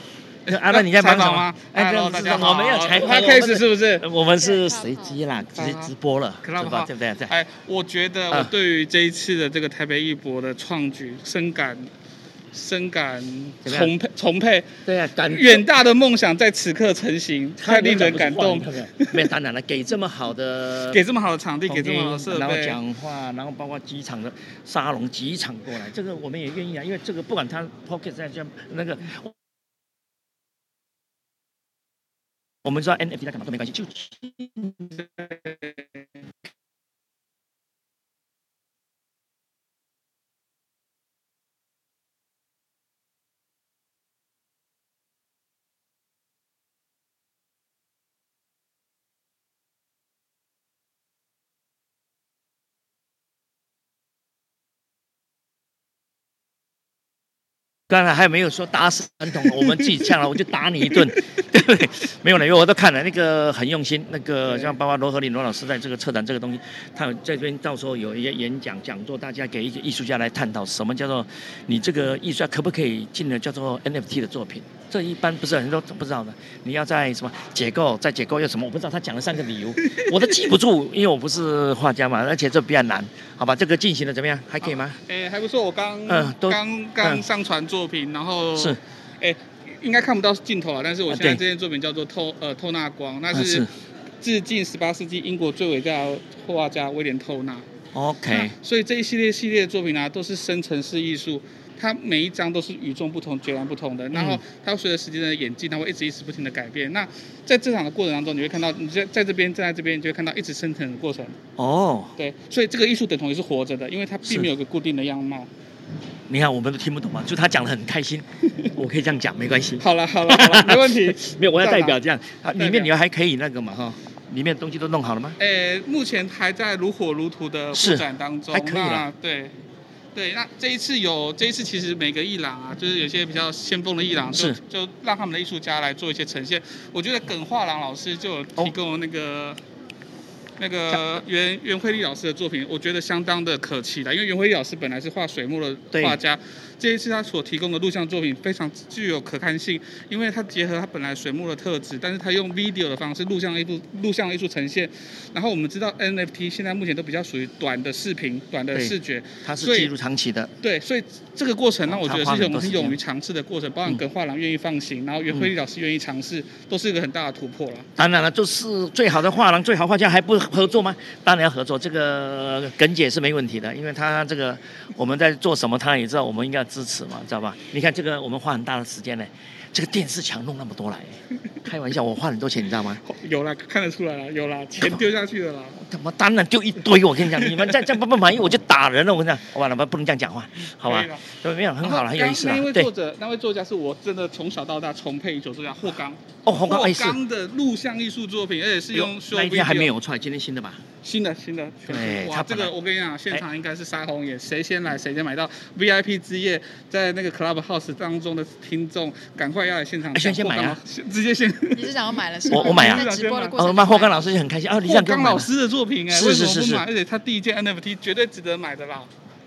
Speaker 2: 那阿乱，你在忙什
Speaker 6: 哎采访吗？Hello，
Speaker 2: 么哎，这
Speaker 6: 大
Speaker 2: 是
Speaker 6: 家好
Speaker 2: 我没有采访，
Speaker 6: 他开始是不是？哎
Speaker 2: 呃我们是随机啦，直
Speaker 6: 好
Speaker 2: 接直播了，
Speaker 6: Clubhouse
Speaker 2: 对吧？对不对？对。
Speaker 6: 哎，我觉得我
Speaker 2: 啊
Speaker 6: 对于这一次的这个台北艺博的创举深感深感
Speaker 2: 怎么样
Speaker 6: 崇佩崇佩，
Speaker 2: 对啊，感
Speaker 6: 远大的梦想在此刻成型， 太令人感动。
Speaker 2: 没有，当然了，给这么好的
Speaker 6: 给这么好的场地，
Speaker 2: 空
Speaker 6: 给这么好的
Speaker 2: 间
Speaker 6: 设
Speaker 2: 然后
Speaker 6: 备，
Speaker 2: 讲话，然后包括机场的沙龙，机场过来，这个我们也愿意啊，因为这个不管他 Pocket 在这样那个。我们知道 NFT 在干嘛都没关系，就刚才还没有说打死传统，我们自己呛了，我就打你一顿，对不对？没有了，因为我都看了，那个很用心。那个像包括罗和林罗老师在这个策展这个东西，他有这边到时候有一些演讲讲座，大家给一个艺术家来探讨什么叫做你这个艺术家可不可以进了叫做 NFT 的作品？这一般不是很多不知道的。你要在什么解构，在解构又什么？我不知道他讲了三个理由，我都记不住，因为我不是画家嘛，而且这比较难，好吧？这个进行的怎么样？还可以吗？
Speaker 10: 哎，还不错，我刚
Speaker 2: 嗯都
Speaker 10: 刚刚
Speaker 2: 嗯
Speaker 10: 上传作品，然
Speaker 8: 哦
Speaker 10: 后
Speaker 2: 是，
Speaker 10: 哎，应该看不到镜头了，但是我
Speaker 2: 啊
Speaker 10: 现在
Speaker 2: 对
Speaker 10: 这件作品叫做透呃透纳光，那
Speaker 2: 嗯
Speaker 10: 是致敬十八世纪英国最伟大的画家威廉透纳。
Speaker 2: OK，
Speaker 10: 所以这一系列系列的作品啊，都是生成式艺术，它每一张都是与众不同、截然不同
Speaker 2: 嗯
Speaker 10: 的。然后它随着时间的演进，它会一直一直不停的改变。那在这场的过程当中，你会看到，你在在这边站在这边，你就会看到一直生成的过程。
Speaker 2: 哦，
Speaker 10: 对，所以这个艺术等同于是活着的，因为它
Speaker 2: 是
Speaker 10: 并没有一个固定的样貌。
Speaker 2: 你看我们都听不懂嘛，就他讲的很开 心，我可以这样讲，没关系。
Speaker 10: 好了好了好 了， 没问题。
Speaker 2: 没有，我要代
Speaker 10: 再来
Speaker 2: 表这样啊，里
Speaker 10: 代
Speaker 2: 面
Speaker 10: 表
Speaker 2: 你还可以那个嘛哈，里面东西都弄好了吗？
Speaker 10: 呃，目前还在如火如荼的
Speaker 2: 是
Speaker 10: 布展当中，
Speaker 2: 还可以啦
Speaker 10: 那对。对，那这一次有，这一次其实每个艺廊啊，就是有些比较先锋的艺廊，就是就让他们的艺术家来做一些呈现。我觉得耿画廊老师就有提供那个、那个袁袁慧丽老师的作品，我觉得相当的可期的，因为袁慧丽老师本来是画水墨的
Speaker 2: 对
Speaker 10: 画家，这一次他所提供的录像作品非常具有可看性，因为他结合他本来水墨的特质，但是他用 video 的方式录像艺术录像艺术呈现。然后我们知道 NFT 现在目前都比较属于短的视频、短的
Speaker 2: 对
Speaker 10: 视觉，
Speaker 2: 它是
Speaker 10: 所以
Speaker 2: 记录长期的，
Speaker 10: 对，所以这个过程让我觉得是一
Speaker 2: 他花很
Speaker 10: 种
Speaker 2: 多时
Speaker 10: 很
Speaker 2: 间
Speaker 10: 勇于尝试的过程，包含
Speaker 2: 嗯
Speaker 10: 耿画廊愿意放行，然后袁慧丽老师愿意尝试，都是一个很大的突破了。
Speaker 2: 当然了，就是最好的画廊、最好画家还不合作吗？当然要合作，这个耿姐是没问题的，因为她这个我们在做什么，她也知道我们应该要支持嘛，知道吧？你看这个我们花很大的时间呢，这个电视墙弄那么多来，开玩笑，我花很多钱，你知道吗？
Speaker 10: 有啦，看得出来了，有啦，钱丢下去了啦。
Speaker 2: 他妈当然丢一堆，我跟你讲，你们再再不不满意，我就打人了，我跟你讲，好吧，老板不能这样讲话，好吧
Speaker 10: 嗯可以了？
Speaker 2: 对，没有很 好了，很有意思啊
Speaker 10: 那，位
Speaker 2: 对
Speaker 10: 作，者，那位作家是我真的从小到大崇拜已久的作家霍刚，
Speaker 2: 哦，红光
Speaker 10: 霍
Speaker 2: 爱是。
Speaker 10: 刚的录像艺术作品，而且是用修
Speaker 2: 那一天还
Speaker 10: video
Speaker 2: 没有出来，今天新的吧？哎
Speaker 10: 新的新的，
Speaker 2: 对
Speaker 10: 哇，
Speaker 2: 他
Speaker 10: 这
Speaker 2: 本来
Speaker 10: 个我跟你讲，现场应该是杀红眼，谁先来谁先买到 VIP 之夜，在那个 Club House 当中的听众，赶快要来现场
Speaker 2: 哎
Speaker 10: 抢，
Speaker 2: 先先买啊
Speaker 10: 或干嘛，直接先。
Speaker 1: 你是想要买了是吗？
Speaker 2: 我我买啊
Speaker 1: 在直播的过程
Speaker 2: 哦，
Speaker 1: 中
Speaker 2: 那
Speaker 1: 买
Speaker 2: 霍刚老师就很开心啊，李
Speaker 10: 霍
Speaker 2: 想给我
Speaker 10: 刚
Speaker 2: 买
Speaker 10: 老
Speaker 2: 了，
Speaker 10: 师的作品哎、
Speaker 2: 是
Speaker 10: 为什
Speaker 2: 是
Speaker 10: 么
Speaker 2: 是
Speaker 10: 不买？而且他第一件 NFT 绝对值得买的啦，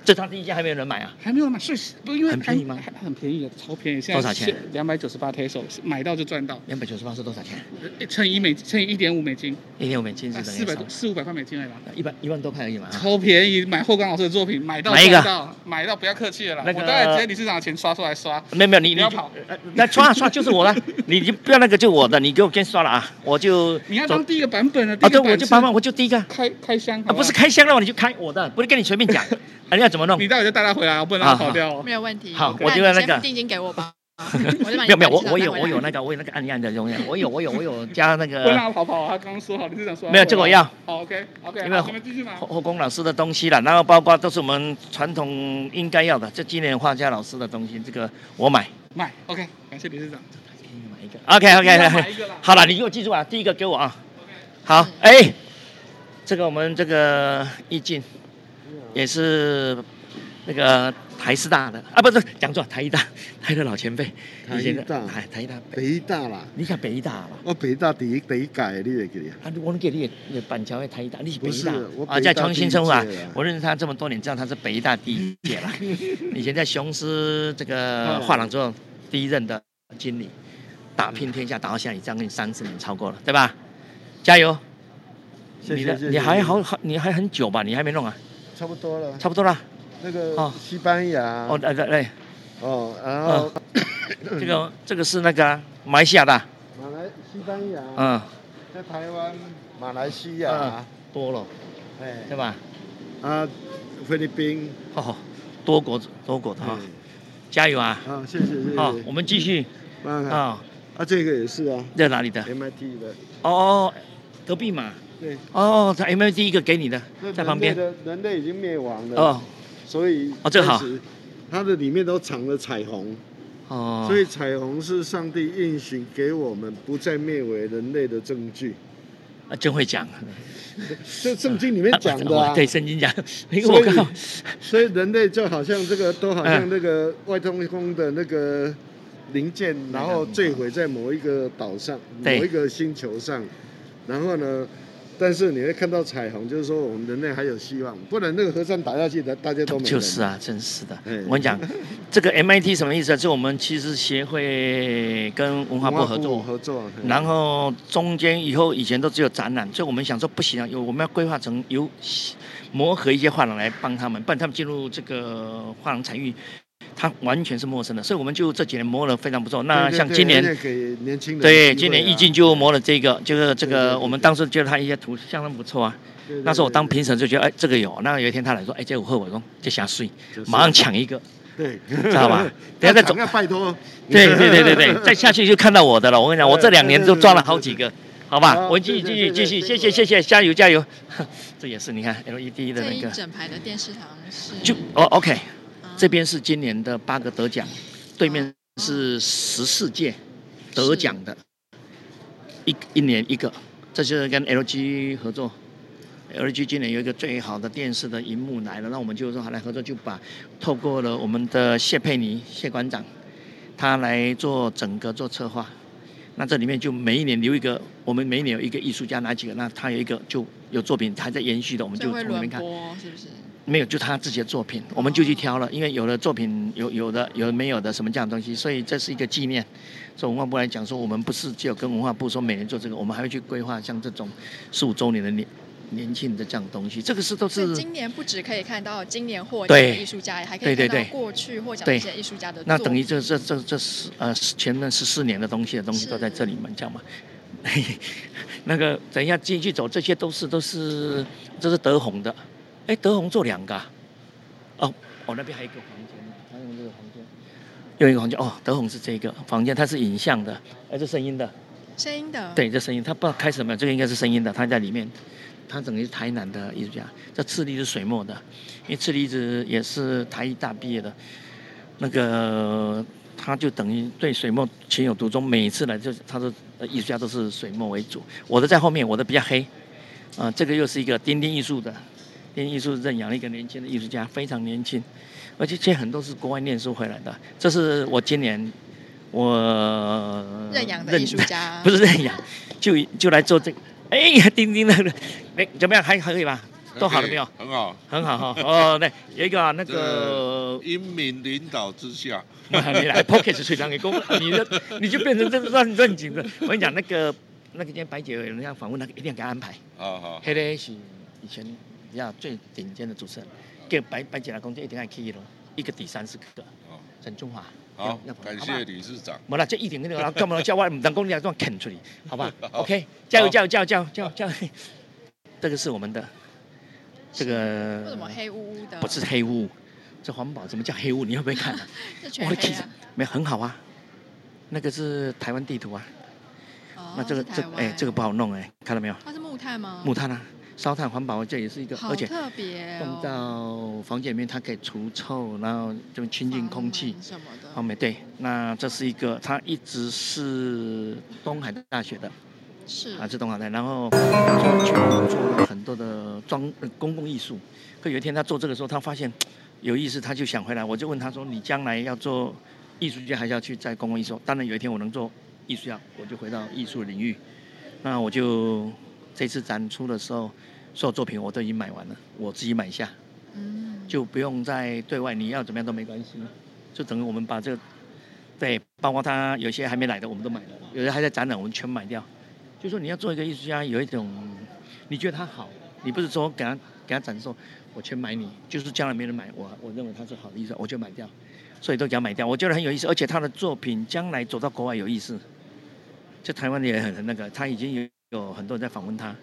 Speaker 2: 这他第一件还没有人买啊，
Speaker 10: 还没有买，所以不因为
Speaker 2: 很便宜吗
Speaker 10: 还还很便宜的，超便宜，现
Speaker 2: 多
Speaker 10: 在
Speaker 2: 少钱？
Speaker 10: 两百九十八 Tesla，买到就赚到，
Speaker 2: 两百九十八是多少钱？
Speaker 10: 呃乘以一美乘以一点五美金，
Speaker 2: 一天我们亲自
Speaker 10: 啊，
Speaker 2: 等
Speaker 10: 四
Speaker 2: 于
Speaker 10: 百
Speaker 2: 少
Speaker 10: 四五百块美金来吧。
Speaker 2: 一万一万多块而已嘛。啊
Speaker 10: 超便宜，买霍刚老师的作品，买到
Speaker 2: 买一个
Speaker 10: 赚到，买到不要客气了啦。
Speaker 2: 那个
Speaker 10: 我大概直接理事长的钱刷出来刷，
Speaker 2: 没有没有，你
Speaker 10: 不
Speaker 2: 你
Speaker 10: 要
Speaker 2: 就
Speaker 10: 跑
Speaker 2: 呃那刷刷就是 我了，你你不要那个就我的，你给我先刷了啊，我就
Speaker 10: 你要
Speaker 2: 走
Speaker 10: 当第一个版本的，第
Speaker 2: 啊，
Speaker 10: 一
Speaker 2: 对，
Speaker 10: 个版
Speaker 2: 我
Speaker 10: 本
Speaker 2: 就帮忙，我就第一个啊，
Speaker 10: 开开箱，好
Speaker 2: 不是
Speaker 10: 好，
Speaker 2: 开箱了，你就开我的，不是跟你 随便讲，啊，你要怎么弄啊
Speaker 10: 你？待会就带他回来，不能让
Speaker 2: 好
Speaker 10: 他跑掉哦。
Speaker 1: 没有问题。
Speaker 2: 好
Speaker 1: 那
Speaker 2: 我觉得
Speaker 1: 你
Speaker 2: 那个
Speaker 1: 先定金给我 吧， 我就把
Speaker 2: 没
Speaker 1: 你
Speaker 2: 有没有，我
Speaker 1: 搬去拿
Speaker 2: 我有
Speaker 1: 回
Speaker 2: 我有
Speaker 1: 来
Speaker 2: 那个我有那个按一按的东西，我有我有我有加那
Speaker 10: 不能
Speaker 2: 个
Speaker 10: 让他跑跑，啊他刚刚说好，理事长说
Speaker 2: 没有这个我要。
Speaker 10: 啊哦好，OK OK，
Speaker 2: 因
Speaker 10: 因
Speaker 2: 为
Speaker 10: 为你们继续买
Speaker 2: 后。后宫老师的东西了，然后包括都是我们传统应该要的，这今年画家老师的东西，这个我买。
Speaker 10: 买 OK，感谢理事长。
Speaker 2: 买一个。OK
Speaker 10: 要
Speaker 2: OK
Speaker 10: 买一个啦
Speaker 2: 好了，你给我记住啊，第一个给我啊。好，哎、这个我们这个易静也是那个台师大的啊，不是讲错，台医大，台的老前辈，
Speaker 11: 台
Speaker 2: 以前
Speaker 11: 艺
Speaker 2: 的
Speaker 11: 大
Speaker 2: 台台医大，
Speaker 11: 北大啦，
Speaker 2: 你讲北医大吧？
Speaker 11: 我北大第一第一届，你会记得啊？
Speaker 2: 啊，我能给你你板桥的台医大，你是北医大
Speaker 11: 不是我
Speaker 2: 啊，
Speaker 11: 北
Speaker 2: 在
Speaker 11: 大
Speaker 2: 重新生活啊
Speaker 11: 第一届啊，
Speaker 2: 我认识他这么多年，知道他是北医大第一届 了，以前在雄狮这
Speaker 11: 啊
Speaker 2: 个画廊做第一任的经理，打拼天下，打到现在将近三十年，超过了，对吧？加油！
Speaker 11: 谢
Speaker 2: 你
Speaker 11: 谢
Speaker 2: 的
Speaker 11: 谢谢啊
Speaker 2: 你还好好，你还很久吧？你还没弄啊？
Speaker 11: 差不多了。
Speaker 2: 差不多啦。
Speaker 11: 那
Speaker 2: 哦
Speaker 11: 个西班牙
Speaker 2: 哦，啊
Speaker 11: 哦
Speaker 2: 来来来，
Speaker 11: 然后嗯
Speaker 2: 这个这个是那个啊马来西亚的啊，
Speaker 11: 马来西班牙，
Speaker 2: 嗯，
Speaker 11: 在台湾、马来西
Speaker 2: 嗯
Speaker 11: 亚，
Speaker 2: 多了，
Speaker 11: 哎
Speaker 2: 对吧？
Speaker 11: 啊，菲律宾
Speaker 2: 哦，多国多国的哈，加油啊！
Speaker 11: 哎啊，谢谢谢
Speaker 2: 好，
Speaker 11: 谢
Speaker 2: 我。们继续
Speaker 11: 啊
Speaker 2: 啊，
Speaker 11: 啊，这个也是啊
Speaker 2: 在哪里的？
Speaker 11: ，MIT 的，
Speaker 2: 哦哦，隔壁嘛。
Speaker 11: 对。
Speaker 2: 哦，他 M 第一个给你的
Speaker 11: 这，
Speaker 2: 在旁边
Speaker 11: 人。类的人类已经灭亡了，
Speaker 2: 哦
Speaker 11: 所以
Speaker 2: 哦这个好
Speaker 11: 开始它的里面都藏了彩虹，
Speaker 2: 哦，
Speaker 11: 所以彩虹是上帝应许给我们不再灭为人类的证据。
Speaker 2: 啊，真会讲。
Speaker 11: 这圣经里面讲的
Speaker 2: 哇
Speaker 11: 啊，
Speaker 2: 对圣经讲，因为
Speaker 11: 所
Speaker 2: 我
Speaker 11: 以
Speaker 2: 刚好
Speaker 11: 所以人类就好像这个，都好
Speaker 2: 嗯
Speaker 11: 像那个外太空的那个零件，然后坠毁在某一个岛上、某
Speaker 2: 对
Speaker 11: 一个星球上，然后呢，但是你会看到彩虹，就是说我们人类还有希望，不然那个核弹打下去，大大家都没人
Speaker 2: 就是啊，真是的
Speaker 11: 嗯。
Speaker 2: 我跟你讲，这个 MIT 什么意思啊？是我们其实协会跟文化部合作，啊
Speaker 11: 合作，嗯
Speaker 2: 然后中间以后以前都只有展览，所以我们想说不行啊，有我们要规划成由磨合一些画廊来帮他们，不然他们进入这个画廊产业，他完全是陌生的。所以我们就这几年磨得非常不错。那
Speaker 11: 对对
Speaker 2: 像
Speaker 11: 对
Speaker 2: 今年
Speaker 11: 而且给年轻人
Speaker 2: 对，
Speaker 11: 机会
Speaker 2: 今年
Speaker 11: 啊
Speaker 2: 易经就磨了这个，就是这
Speaker 11: 对对
Speaker 2: 个，
Speaker 11: 对
Speaker 2: 我们当时觉得他一些图相当不错啊
Speaker 11: 对对。
Speaker 2: 那时候我当
Speaker 11: 对对
Speaker 2: 评审就觉得，哎，这个有。那有一天他来说，哎，这个我会，我说这下睡
Speaker 11: 就，是啊
Speaker 2: 马上抢一个，
Speaker 11: 对，
Speaker 2: 知 道吧？等下再走
Speaker 11: 要。拜托，
Speaker 2: 对对对对对，再下去就看到我的了。我跟你讲，我这两年都抓了好几个，好吧？
Speaker 11: 好
Speaker 2: 我继续
Speaker 11: 对
Speaker 2: 继
Speaker 11: 对对
Speaker 2: 续继续，
Speaker 11: 对
Speaker 2: 谢谢谢谢，加油加油。 这也是你看 LED
Speaker 1: 这
Speaker 2: 的那
Speaker 1: 一
Speaker 2: 个，
Speaker 1: 整排的电视堂是
Speaker 2: 就哦 OK，这边是今年的八个得奖，对面是十四届得奖的，一一年一个，这就是跟 LG 合作。LG 今年有一个最好的电视的荧幕来了，那我们就说好来合作，就把透过了我们的谢佩妮谢馆长，他来做整个做策划。那这里面就每一年留一个，我们每一年有一个艺术家哪几个，那他有一个就有作品还在延续的，我们
Speaker 1: 最
Speaker 2: 就
Speaker 1: 会
Speaker 2: 从里面
Speaker 1: 轮
Speaker 2: 看。
Speaker 1: 播是不是？
Speaker 2: 没有，就他自己的作品，我们就去挑了，因为有的作品有有的有的没有的什么这样的东西，所以这是一个纪念。所以文化部来讲说，我们不是只有跟文化部说每年做这个，我们还会去规划像这种十五周年的年年庆的这样东西，这个是都
Speaker 1: 所以
Speaker 2: 是
Speaker 1: 今年不只可以看到今年获奖的
Speaker 2: 对
Speaker 1: 艺术家，也还可以
Speaker 2: 对
Speaker 1: 看
Speaker 2: 对
Speaker 1: 到
Speaker 2: 对
Speaker 1: 过去获奖的
Speaker 2: 对
Speaker 1: 一些艺术家的
Speaker 2: 那
Speaker 1: 作
Speaker 2: 等于
Speaker 1: 品
Speaker 2: 这这这这十呃十前面十四年的东西的东西都在这里嘛，你知道吗？ 那个等一下继续走，这些都是都是这是德宏的，哎，德宏做两个、啊，哦，哦那边还有一个房间，还有这个房间，又一个房间哦，德宏是这个房间，它是影像的，哎，这声音的，
Speaker 1: 声音的，
Speaker 2: 对，这声音，他不知道开什么，这个应该是声音的，他在里面，他等于是台南的艺术家，这赤力是水墨的，因为赤力一直也是台艺大毕业的，那个他就等于对水墨情有独钟，每次来就他说呃艺术家都是水墨为主，我的在后面，我的比较黑，啊、这个又是一个丁丁艺术的，丁丁艺术认养了一个年轻的艺术家，非常年轻，而且这很多是国外念书回来的，这是我今年。我
Speaker 1: 认养的艺术 家
Speaker 2: 不是认养，就就来做这个。哎，丁丁那个，哎，怎么样？还还可以吧？都好了没有？
Speaker 12: 很好，
Speaker 2: 很好哈。哦，对，有一个啊那个，
Speaker 12: 呃，英明领导之下
Speaker 2: 你来 pocket 吹两给公，你的你就变成这乱乱景的。我跟你讲，那个那个今天白姐有人要访问，那个一定要给她安排。
Speaker 12: 啊好好，
Speaker 2: 黑嘞是以前比较最顶尖的主持人，给白白姐来工作一定要去了，一个抵三十个。陈中华，
Speaker 12: 好
Speaker 2: 要，不
Speaker 12: 感
Speaker 2: 然哦好不好
Speaker 12: 谢理事长。
Speaker 2: 冇啦，即係依點嗰啲啦，咁我叫我唔等公你這樣啃出嚟，好吧
Speaker 12: 好
Speaker 2: ？OK，加油
Speaker 12: 好
Speaker 2: 加油加油加油加油加油！这个是我们的，这
Speaker 1: 为什么
Speaker 2: 个
Speaker 1: 黑啊乌乌的？
Speaker 2: 呃不是黑屋，这环保怎么叫黑屋？你会不会看、啊？
Speaker 1: 这 全
Speaker 2: 我的
Speaker 1: 黑
Speaker 2: 天
Speaker 1: 啊！，
Speaker 2: 没有很好啊，那个是台湾地图啊，
Speaker 1: 哦
Speaker 2: 那这个
Speaker 1: 是
Speaker 2: 这
Speaker 1: 台湾
Speaker 2: 哎、这个不好弄哎、看到没有？
Speaker 1: 它是木炭吗？
Speaker 2: 木炭啊，烧炭环保这也是一个，
Speaker 1: 好
Speaker 2: 而且
Speaker 1: 特别
Speaker 2: 放
Speaker 1: 哦，
Speaker 2: 到房间里面它可以除臭，然后就清净空气。
Speaker 1: 什么的。
Speaker 2: 哦，没对，那这是一个，它一直是东海大学的，
Speaker 1: 是
Speaker 2: 啊，是东海大，然后做全部做了很多的装、呃公共艺术。可有一天他做这个时候，他发现有意思，他就想回来。我就问他说：“你将来要做艺术家，还是要去在公共艺术？”当然有一天我能做艺术家，我就回到艺术领域。那我就这次展出的时候，所有作品我都已经买完了，我自己买下。
Speaker 1: 嗯
Speaker 2: 就不用再对外，你要怎么样都没关系，就等于我们把这个，对，包括他有些还没来的，我们都买了，有些还在展览，我们全买掉。就说你要做一个艺术家，有一种你觉得他好，你不是说给他给他展示说，我全买你，就是将来没人买我，我认为他是好的艺术家，我就买掉，所以都给他买掉，我觉得很有意思，而且他的作品将来走到国外有意思，就台湾也很很那个，他已经有有很多人在访问他，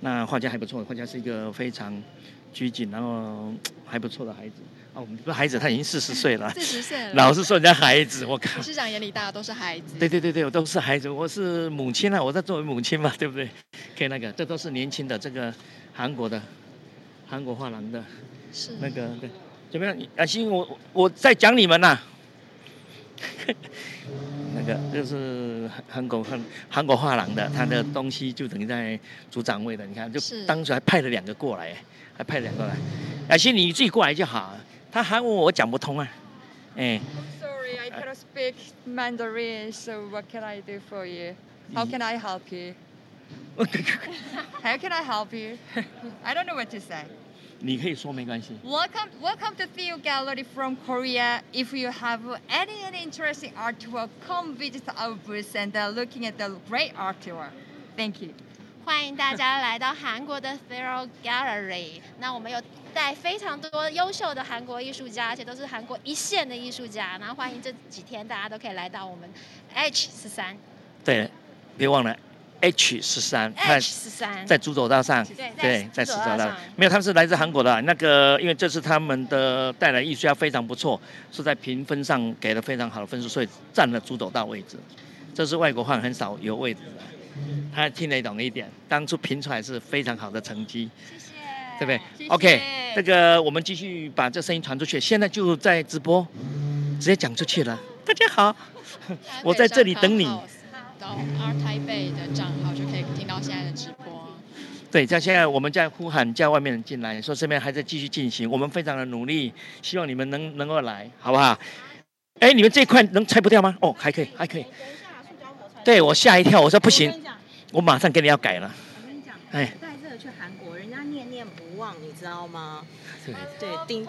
Speaker 2: 那画家还不错，画家是一个非常拘谨，然后还不错的孩子。啊，我们不是孩子，他已经四十岁 了，
Speaker 1: 40岁了
Speaker 2: 老是说人家孩子，我靠
Speaker 1: 理。事长眼里大家都是孩子，
Speaker 2: 对对对对，我都是孩子，我是母亲啊，我在作为母亲嘛，对不对？可以那个，这都是年轻的，这个韩国的，韩国画廊的，
Speaker 1: 是
Speaker 2: 那个对， 怎么样？阿星，我我在讲你们呐、那个就是韩韩国韩韩国画廊的，他的东西就等于在组长位的，你看，就是当时还派了两个过来，还派了两个过来，而且你自己过来就好。他韩文我讲不通啊，哎，
Speaker 13: Sorry, I cannot speak Mandarin, so what can I do for you? How can I help you? How can I help you? I don't know what to say.
Speaker 2: 你可以说没关系。
Speaker 13: Welcome, welcome to Theo Gallery from Korea. If you have any, any interesting artwork, come visit our booth and uh, looking at the great artwork. Thank you.
Speaker 9: 欢迎大家来到韩国的 Thero Gallery。那我们有带非常多优秀的韩国艺术家，而且都是韩国一线的艺术家。然后欢迎这几天大家都可以来到我们 H 十三，
Speaker 2: 对，别忘了 H 十三，它
Speaker 9: H13
Speaker 2: 在主走道上
Speaker 9: 对，
Speaker 2: 对，在
Speaker 9: 在主
Speaker 2: 主
Speaker 9: 走
Speaker 2: 走
Speaker 9: 道
Speaker 2: 道
Speaker 9: 上
Speaker 2: 上，没有，他们是来自韩国的啊、那个，因为这次他们的带来艺术家非常不错，是在评分上给了非常好的分数，所以占了主走道位置。这是外国换很少有位置的，他听得懂一点，当初评出来是非常好的成绩，对不对
Speaker 13: 谢谢
Speaker 2: o k 这个我们继续把这声音传出去，现在就在直播，直接讲出去了。大家好，我在这里等你。
Speaker 1: 到 R 台北的账号就可以听到现在的直播。
Speaker 2: 对，像现在我们在呼喊叫外面人进来，说这边还在继续进行，我们非常的努力，希望你们能能够来，好不好？哎，你们这一块能拆不掉吗？哦，还可以，还可以。对我吓一跳，我说不行，我马上给你要改了。哎，
Speaker 14: 带这个去韩国，人家念念不忘，你知道吗？
Speaker 2: 对
Speaker 14: 对，顶。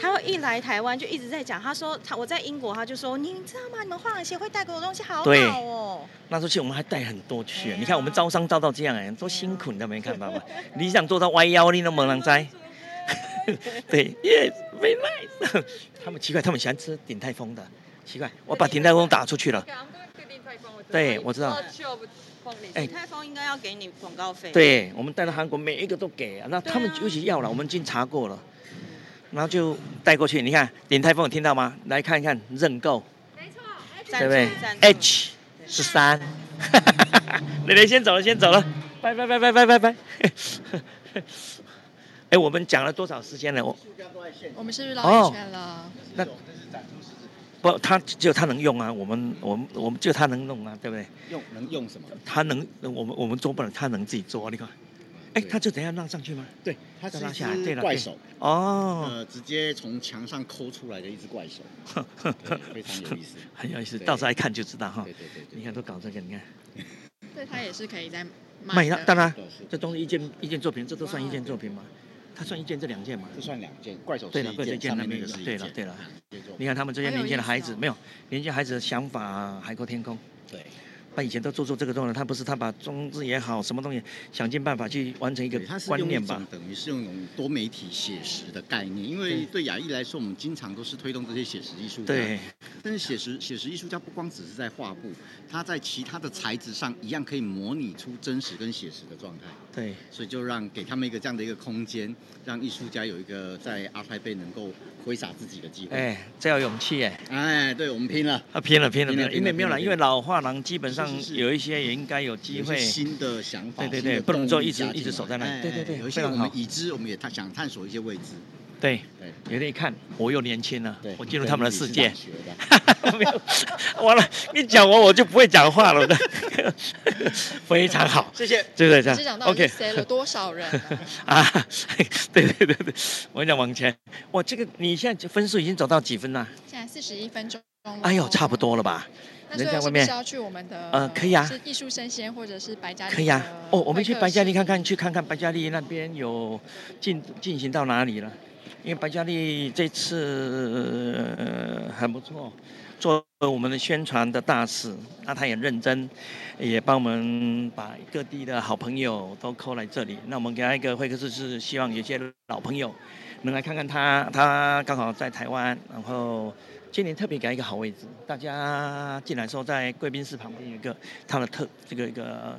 Speaker 14: 他会一来台湾就一直在讲，他说他我在英国，他就说你知道吗？你们画廊协会带给我东西好
Speaker 2: 对
Speaker 14: 好哦。
Speaker 2: 那时候去我们还带很多去，啊你看我们招商招到这样哎，多辛苦，你都没看到吗？你想做到弯腰，你都没人摘。 对，yes，very nice。他 们奇怪，他们喜欢吃鼎泰丰的，奇怪，我把鼎泰丰打出去了。对，我知道。哎
Speaker 14: 李泰峰应该要给你广告费。
Speaker 2: 对，我们带到韩国，每一个都给啊。那他们尤其要了，我们已经查过了，然后就带过去。你看，林泰峰有听到吗？来看一看认购，
Speaker 14: 赞
Speaker 2: 对
Speaker 14: 助，
Speaker 2: 不对哎
Speaker 14: 赞助
Speaker 2: ？H 十三，蕾蕾先走了，先走了，拜拜拜拜拜拜拜。 哎，我们讲了多少时间了？我
Speaker 1: 我们是不是绕一圈了？
Speaker 2: 那不，他只有他能用啊，我们我们我们只有他能弄啊，对不对？
Speaker 3: 用能用什么？
Speaker 2: 他能，我们我们做不了，他能自己做。你看，哎，他就等一下让上去吗？
Speaker 3: 对，它
Speaker 2: 再
Speaker 3: 是
Speaker 2: 拉
Speaker 3: 一
Speaker 2: 下来，对
Speaker 3: 只
Speaker 2: 了，
Speaker 3: 怪
Speaker 2: 对
Speaker 3: 手。
Speaker 2: 哦，，
Speaker 3: 呃，直接从墙上抠出来的一只怪手，对非常有意思
Speaker 2: 很有意思，
Speaker 3: 对
Speaker 2: 到时候一看就知道哈。
Speaker 3: 对对对对，
Speaker 2: 哦你看都搞这个，你看
Speaker 1: 对，它也是可以在
Speaker 2: 卖
Speaker 1: 的
Speaker 2: 了，当然这东西一件一件作品，这都算一件作品吗？它算一件，这两件嘛？
Speaker 3: 这算两件，怪手
Speaker 2: 对
Speaker 3: 是
Speaker 2: 了，
Speaker 3: 一
Speaker 2: 怪手
Speaker 3: 件，上
Speaker 2: 那边
Speaker 3: 面那个
Speaker 2: 有
Speaker 3: 是一
Speaker 2: 对
Speaker 3: 件
Speaker 2: 了对了
Speaker 3: 嗯一件作，品
Speaker 2: 你看他们这些
Speaker 3: 好有
Speaker 2: 年轻的
Speaker 3: 意
Speaker 2: 孩
Speaker 3: 思
Speaker 2: 子
Speaker 3: 哦
Speaker 2: 没有，年轻孩子的想法啊海阔天空。
Speaker 3: 对。
Speaker 2: 他以前都做做这个动作，他不是他把中日也好，什么东西想尽办法去完成一个
Speaker 3: 它是
Speaker 2: 观
Speaker 3: 用一
Speaker 2: 念
Speaker 3: 种
Speaker 2: 吧。
Speaker 3: 等于是用一种多媒体写实的概念，因
Speaker 2: 对
Speaker 3: 为对雅艺来说，我们经常都是推动这些写实艺术家。
Speaker 2: 对。
Speaker 3: 但是写实写实艺术家不光只是在画布，他在其他的材质上一样可以模拟出真实跟写实的状态。
Speaker 2: 对，
Speaker 3: 所以就让给他们一个这样的一个空间，让艺术家有一个在阿泰贝能够挥洒自己的机会。
Speaker 2: 哎，这要有勇气哎。
Speaker 3: 哎，对，我们拼了，
Speaker 2: 啊，拼了拼了拼了，因为没有
Speaker 3: 了，
Speaker 2: 了，因为老画廊基本上
Speaker 3: 是是是
Speaker 2: 有一些也应该有机
Speaker 3: 有一
Speaker 2: 会。
Speaker 3: 些新的想法，
Speaker 2: 对对
Speaker 3: 新的
Speaker 2: 对，不能说一直
Speaker 3: 动力加进
Speaker 2: 一直守在那
Speaker 3: 来
Speaker 2: 里。对对
Speaker 3: 哎
Speaker 2: 对，
Speaker 3: 有一
Speaker 2: 非
Speaker 3: 些我
Speaker 2: 常
Speaker 3: 们
Speaker 2: 好。
Speaker 3: 已知，我们也探想探索一些未知。
Speaker 2: 对
Speaker 3: 对，
Speaker 2: 有点看我又年轻了，我进入他们的世界。
Speaker 3: 没有，
Speaker 2: 完了，你讲我我就不会讲话了的， 非常好，
Speaker 3: 谢谢
Speaker 2: 对对对
Speaker 1: 只讲到底
Speaker 2: OK，
Speaker 1: 是塞了 多少人啊
Speaker 2: 啊？ 对对对对，我跟你讲往前，哇，这个你现在分数已经走到几分了？
Speaker 1: 现在四十一分钟了。
Speaker 2: 哎呦，差不多了吧？
Speaker 1: 那所以
Speaker 2: 人
Speaker 1: 我
Speaker 2: 在外
Speaker 1: 是不
Speaker 2: 面
Speaker 1: 是要去我们的
Speaker 2: 呃可以啊
Speaker 1: 是艺术生鲜或者是呃白嘉
Speaker 2: 可以啊。哦，我们去白嘉丽看看，去看看白嘉丽那边有进进行到哪里了？因为白嘉丽这次、呃、很不错，做我们的宣传的大使，那他也认真，也帮我们把各地的好朋友都扣来这里。那我们给他一个会客室，是希望有些老朋友能来看看他，他刚好在台湾，然后今年特别给他一个好位置，大家进来的时候在贵宾室旁边有一个他的特这个一个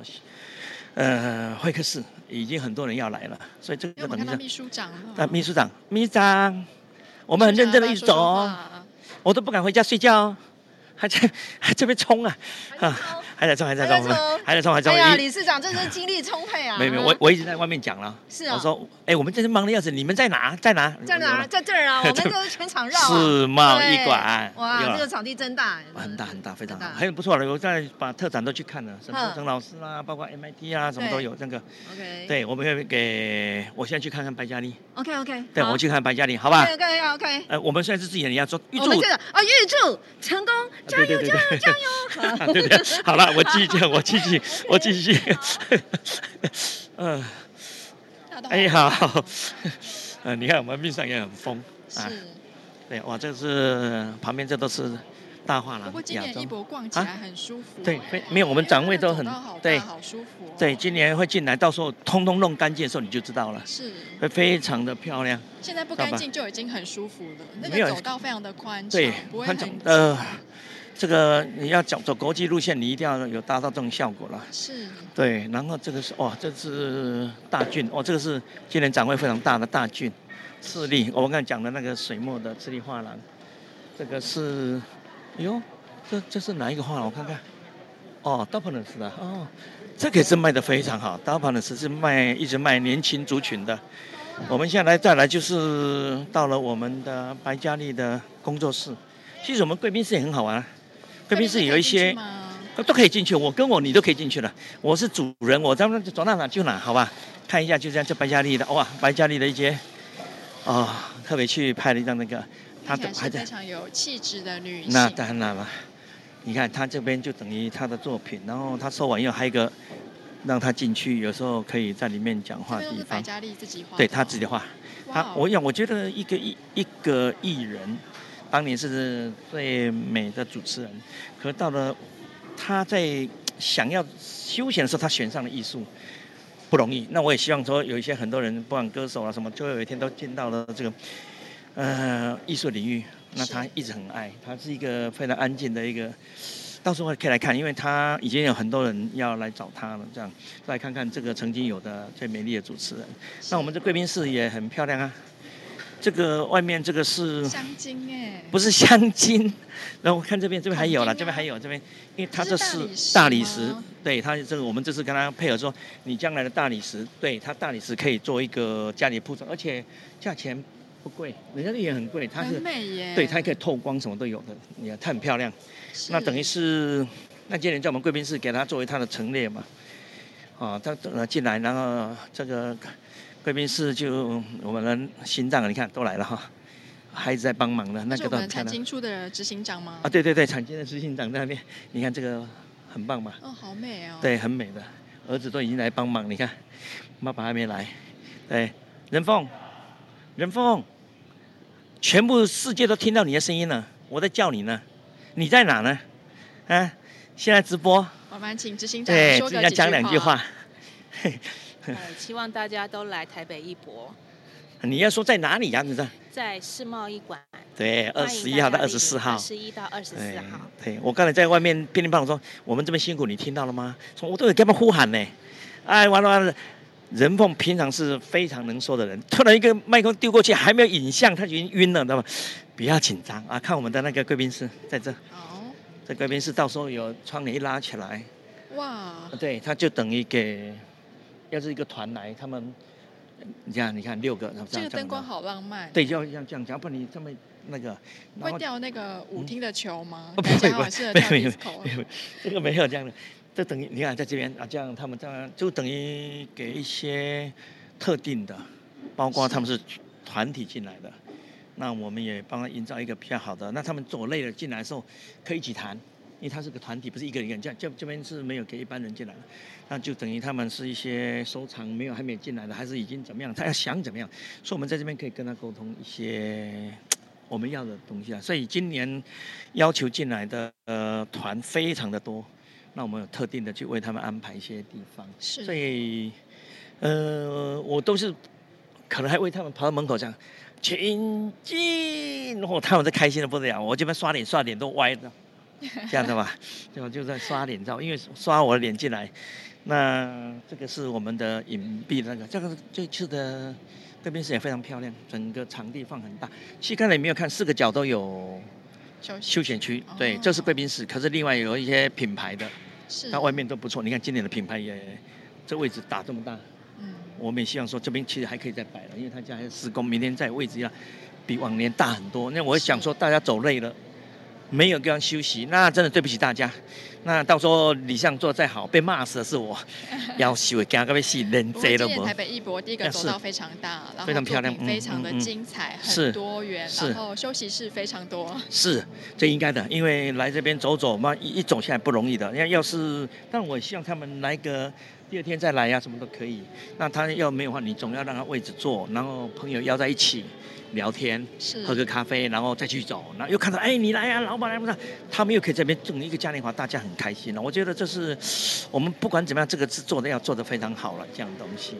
Speaker 2: 呃会客室，已经很多人要来了，所以这
Speaker 1: 因为
Speaker 2: 个
Speaker 1: 我们
Speaker 2: 等一
Speaker 1: 看到
Speaker 2: 下
Speaker 1: 秘，书长了，
Speaker 2: 啊，秘书长，秘书长，我们很认真的一直走
Speaker 1: 说
Speaker 2: 哦，我都不敢回家睡觉哦，还在还这边冲啊啊！还在冲，还在
Speaker 15: 还在
Speaker 2: 冲
Speaker 15: 冲，
Speaker 2: 还在冲，还在
Speaker 15: 哎
Speaker 2: 冲。
Speaker 15: 呀，
Speaker 2: 一
Speaker 15: 理事长真是精力充沛啊！
Speaker 2: 没有没有，我我一直在外面讲了。
Speaker 15: 是啊
Speaker 2: 我说，哎，我们这是忙的要死，你们在哪？在哪？
Speaker 15: 在哪儿？在这 儿啊，我们这是全场绕啊。
Speaker 2: 世贸一
Speaker 15: 对
Speaker 2: 馆有
Speaker 15: 哇，
Speaker 2: 了
Speaker 15: 这个场地真大。嗯
Speaker 2: 很大很大，非常好，
Speaker 15: 很大
Speaker 2: 很不错了。我再把特展都去看了，什么
Speaker 15: 嗯
Speaker 2: 陈老师啊，包括 MIT 啊，什么都有。那个，
Speaker 15: OK。
Speaker 2: 对，我们会给我现在去看看白嘉莉，
Speaker 15: OK OK。
Speaker 2: 对我去看啊白嘉莉，好吧？
Speaker 15: OK OK OK。
Speaker 2: 呃，我们现在是自己人，你要做预
Speaker 15: 我们
Speaker 2: 祝啊
Speaker 15: 这个啊，预祝成功，加
Speaker 2: 对
Speaker 15: 油
Speaker 2: 对对
Speaker 15: 加油加 油！
Speaker 2: 对对对，好了，我继续，我继续，我 继续。嗯、
Speaker 1: 啊
Speaker 2: 哎好，呃，你看我们面上也很疯啊。对，哇，这是旁边这都是大画
Speaker 1: 不
Speaker 2: 廊
Speaker 1: 过，今
Speaker 2: 啊亚
Speaker 1: 年
Speaker 2: 洲
Speaker 1: 艺。博逛起来很舒服、欸
Speaker 2: 对，没没有，我们展位都很
Speaker 1: 好
Speaker 2: 对
Speaker 1: 大，好舒服、哦。
Speaker 2: 对，今年会进来，到时候通通弄干净的时候你就知道了，
Speaker 1: 是，
Speaker 2: 会非常的漂亮。
Speaker 1: 现在不
Speaker 2: 知道吧
Speaker 1: 干净就已经很舒服了，那
Speaker 2: 没有
Speaker 1: 个走道非常的宽敞
Speaker 2: 对，，
Speaker 1: 不会
Speaker 2: 宽
Speaker 1: 很
Speaker 2: 敞呃，这个你要走走国际路线，你一定要有达到这种效果了。
Speaker 1: 是
Speaker 2: 对，然后这个是哦，这是大郡哦，这个是今年展会非常大的大郡，智利、哦我刚才讲的那个水墨的智利画廊，这个是，哎呦，这这是哪一个画廊？我看看，哦 d o p p l e r s 的哦，这个也是卖的非常好 d o p p l e r s 是卖一直卖年轻族群的。我们下来再来就是到了我们的白嘉丽的工作室，其实我们贵宾室也很好玩啊，贵宾室有一些。都可以进去，我跟我你都可以进去了。我是主人，我咱们走到哪就哪，好吧？看一下，就这样，这白嘉丽的哇，白嘉丽的一些，啊、特别去拍了一张那个，她
Speaker 1: 看起来
Speaker 2: 的还
Speaker 1: 是
Speaker 2: 在
Speaker 1: 非，常有气质的女性。
Speaker 2: 那当然了。你看她这边就等于她的作品，然后她收完以后还有一个让她进去，有时候可以在里面讲话
Speaker 1: 这
Speaker 2: 的
Speaker 1: 边都
Speaker 2: 地
Speaker 1: 是白
Speaker 2: 方。
Speaker 1: 嘉丽自己画的哦，
Speaker 2: 对他自己画，他
Speaker 1: 哇哦
Speaker 2: 我想我觉得一个艺一个艺人，当年是最美的主持人，可到了他在想要休闲的时候，他选上了艺术，不容易。那我也希望说，有一些很多人，不管歌手啊什么，就会有一天都进到了这个呃艺术领域。那他一直很爱，他是一个非常安静的一个。到时候可以来看，因为他已经有很多人要来找他了，这样来看看这个曾经有的最美丽的主持人。那我们这贵宾室也很漂亮啊，这个外面这个是
Speaker 1: 香精哎，
Speaker 2: 不是香精？然后我看这边，这边还有了，这边还有这边，因为它这是大理石，对它这个我们这次跟他配合说，你将来的大理石，对它大理石可以做一个家里的铺装，而且价钱不贵，人家的也很贵，它是
Speaker 1: 很美耶
Speaker 2: 对它可以透光，什么都有的，你看它很漂亮。那等于是那今年叫我们贵宾室给它作为它的陈列嘛，啊，他呃进来，然后这个贵宾室就我们的心脏你看都来了哈，孩子在帮忙的，那
Speaker 1: 是
Speaker 2: 个
Speaker 1: 我
Speaker 2: 都
Speaker 1: 们
Speaker 2: 很漂
Speaker 1: 产
Speaker 2: 亮
Speaker 1: 经。处的执行长吗？
Speaker 2: 啊，对对对，产经的执行长在那边，你看这个很棒吧？
Speaker 1: 哦，好美哦。
Speaker 2: 对，很美的，儿子都已经来帮忙，你看，妈妈还没来。对，任凤，任凤，全部世界都听到你的声音了，我在叫你呢，你在哪呢？啊，现在直播，
Speaker 1: 我们请执行长
Speaker 2: 对，
Speaker 1: 说
Speaker 2: 自己
Speaker 1: 个
Speaker 2: 要
Speaker 1: 几
Speaker 2: 讲两句话。
Speaker 16: 呃，希望大家都来台北艺博，
Speaker 2: 你要说在哪里呀、你知道？
Speaker 16: 在世贸艺馆。
Speaker 2: 对，二十一号到二十四号
Speaker 16: 二。十一到二十四
Speaker 2: 对
Speaker 16: 号。
Speaker 2: 对，我刚才在外面乒铃乓啷说，我们这么辛苦，你听到了吗？说我都有跟他们呼喊呢。哎，完了完了，任凤平常是非常能说的人，突然一个麦克风丢过去，还没有影像，他就已经晕了，知道吗？不要紧张啊，看我们的那个贵宾室在这。这贵宾室到时候有窗帘一拉起来，
Speaker 1: 哇，
Speaker 2: 对，他就等于给，要是一个团来，他们，你看，你看六个，然后这
Speaker 1: 这
Speaker 2: 样
Speaker 1: 个灯光，
Speaker 2: 这样
Speaker 1: 好浪漫。
Speaker 2: 对，就要要这样讲，不然你这么那个，然
Speaker 1: 会
Speaker 2: 后
Speaker 1: 掉那个舞厅的球吗？
Speaker 2: 哦，不
Speaker 1: 感
Speaker 2: 会
Speaker 1: 觉
Speaker 2: 不
Speaker 1: 好
Speaker 2: 会
Speaker 1: 像适合，跳
Speaker 2: 没
Speaker 1: disco
Speaker 2: 有没有
Speaker 1: 啊
Speaker 2: 没有，这个没有这样的，就等于你看在这边啊，这样他们这样就等于给一些特定的，包括他们是团体进来的，那我们也帮他营造一个比较好的，那他们走累了进来的时候可以一起谈。因为他是个团体，不是一个人。这样这这边是没有给一般人进来的，那就等于他们是一些收藏没有还没有进来的，还是已经怎么样，他要想怎么样，所以我们在这边可以跟他沟通一些我们要的东西啊。所以今年要求进来的呃团非常的多，那我们有特定的去为他们安排一些地方。
Speaker 1: 是
Speaker 2: 所以呃，我都是可能还为他们跑到门口讲。请进！哦，他们都开心的不得了，我这边刷脸刷脸都歪的，这样的吧？就就在刷脸照，因为刷我的脸进来。那这个是我们的隐蔽的那个，这个这次的贵宾室也非常漂亮，整个场地放很大。去看了也没有看，四个角都有
Speaker 1: 休息哦
Speaker 2: 休闲区。对，这是贵宾室，可是另外有一些品牌的，
Speaker 1: 是
Speaker 2: 它外面都不错。你看今年的品牌也这位置打这么大，
Speaker 1: 嗯，
Speaker 2: 我们也希望说这边其实还可以再摆了，因为它家还在施工，明天在位置要比往年大很多。那我想说大家走累了。没有地方休息，那真的对不起大家。那到时候 李相做再好，被骂死的是我。要修，加个被戏，人
Speaker 1: 不过
Speaker 2: 贼
Speaker 1: 今
Speaker 2: 了
Speaker 1: 年
Speaker 2: 我
Speaker 1: 台。北艺博第一个
Speaker 2: 要
Speaker 1: 走
Speaker 2: 是
Speaker 1: 道非常大，然后
Speaker 2: 非常漂亮
Speaker 1: 作品非常的
Speaker 2: 嗯嗯嗯
Speaker 1: 精彩，
Speaker 2: 是
Speaker 1: 很多元，
Speaker 2: 是
Speaker 1: 然后休息室非常多。
Speaker 2: 是，这应该的，因为来这边走走嘛，一一走下来不容易的。要要是，但我希望他们来个第二天再来呀、啊什么都可以。那他要没有的话，你总要让他位置坐，然后朋友邀在一起聊天
Speaker 1: 嗯
Speaker 17: 是，
Speaker 2: 喝个咖啡，然后再去走，然后又看到哎你来呀、老板来不来？他们又可以这边整一个嘉年华，大家很开心了。我觉得这是我们不管怎么样，这个是做的要做的非常好了，这样东西。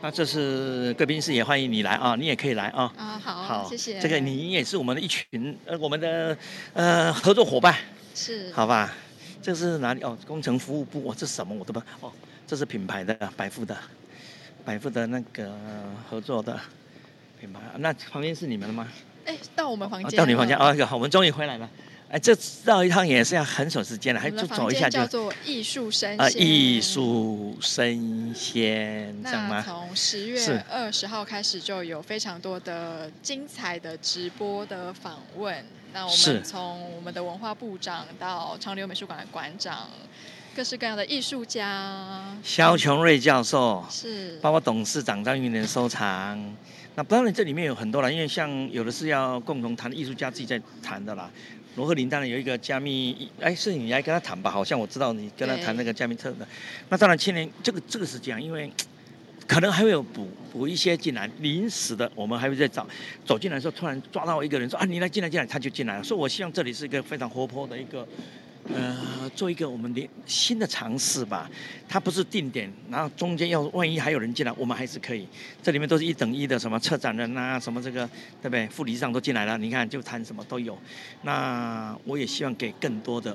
Speaker 2: 那这是贵宾室也欢迎你来啊，你也可以来啊。
Speaker 1: 啊，好，谢谢。
Speaker 2: 这个你也是我们的一群呃，我们的呃合作伙伴，
Speaker 1: 是
Speaker 2: 好吧？这是哪里？哦，工程服务部，哦，这是什么我都不哦，这是品牌的百富的，百富的那个合作的品牌。那旁边是你们了吗？
Speaker 1: 哎，到我们房
Speaker 2: 啊，
Speaker 1: 间，
Speaker 2: 到你房间啊，好，我们终于回来了。哎，这绕一趟也是要很省时间了，
Speaker 1: 我
Speaker 2: 还
Speaker 1: 们的
Speaker 2: 就
Speaker 1: 房
Speaker 2: 走一
Speaker 1: 间
Speaker 2: 下就
Speaker 1: 叫做艺术生
Speaker 2: 啊，
Speaker 1: 鲜
Speaker 2: 艺术生鲜，这样
Speaker 1: 那
Speaker 2: 吗？
Speaker 1: 从十
Speaker 2: 是
Speaker 1: 月二十号开始就有非常多的精彩的直播的访问。那我
Speaker 2: 是
Speaker 1: 们从我们的文化部长到长流美术馆的馆长，各式各样的艺术家，
Speaker 2: 肖琼瑞教授
Speaker 1: 是
Speaker 2: 包括董事长张云莲收藏。那当然这里面有很多啦，因为像有的是要共同谈，艺术家自己在谈的啦。罗鹤林当然有一个加密，哎，是你来跟他谈吧？好像我知道你跟他谈那个加密特的。那当然，青年这个这个是这样，因为可能还会有补补一些进来，临时的我们还会再找。走进来的时候，突然抓到一个人说啊，你来进来进来，他就进来了。所以我希望这里是一个非常活泼的一个。呃，做一个我们的新的尝试吧，它不是定点，然后中间要万一还有人进来，我们还是可以。这里面都是一等一的，什么策展人啊，什么这个对不对？副理事长都进来了，你看就谈什么都有。那我也希望给更多的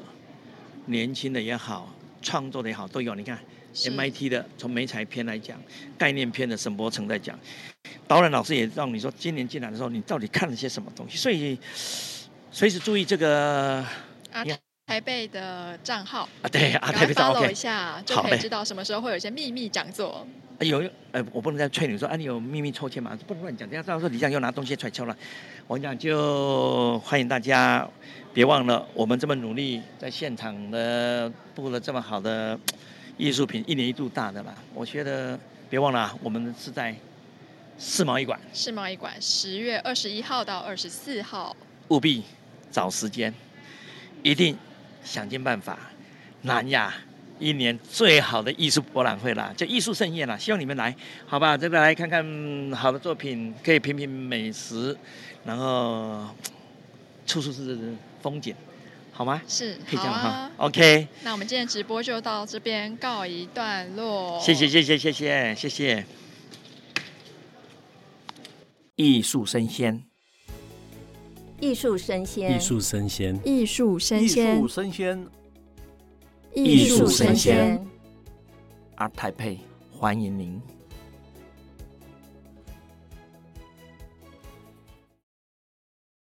Speaker 2: 年轻的也好，创作的也好，都有。你看
Speaker 18: 是
Speaker 2: MIT 的从媒材篇来讲，概念篇的沈伯成在讲，导览老师也让你说，今年进来的时候，你到底看了些什么东西？所以随时注意这个。
Speaker 1: 啊
Speaker 2: 你看。
Speaker 1: 台北的账号
Speaker 2: 啊对啊
Speaker 1: 赶
Speaker 2: 台北账号
Speaker 1: 快 follow
Speaker 2: ，OK
Speaker 1: 一下，就
Speaker 2: 好
Speaker 1: 可以
Speaker 2: 嘞
Speaker 1: 知道什么时候会有一些秘密讲座。
Speaker 2: 哎有，呃，我不能再催你说，啊，你有秘密抽签嘛？不能乱讲，这样到时候李想又拿东西出来敲了。我跟你讲，就欢迎大家，别忘了我们这么努力，在现场的布了这么好的艺术品，一年一度大的啦。我觉得别忘了啊，我们是在世贸一馆，
Speaker 1: 世贸一馆十月二十一号到二十四号，
Speaker 2: 务必找时间，一定想尽办法。南亚一年最好的艺术博览会啦，就艺术盛宴啦，希望你们来，好吧？这个来看看好的作品，可以品品美食，然后嗯处处是风景，好吗？
Speaker 1: 是
Speaker 2: 可以这样
Speaker 1: 好
Speaker 2: 哈
Speaker 1: 啊。
Speaker 2: OK，
Speaker 1: 那我们今天直播就到这边告一段落。
Speaker 2: 谢谢，谢谢，谢谢，谢谢。艺术生鲜，
Speaker 19: 艺术生鲜，
Speaker 20: 艺术生鲜，
Speaker 19: 艺术生
Speaker 20: 艺
Speaker 19: 鲜
Speaker 20: 术生鲜，
Speaker 19: 艺术生鲜。
Speaker 2: Art Taipei 欢迎您。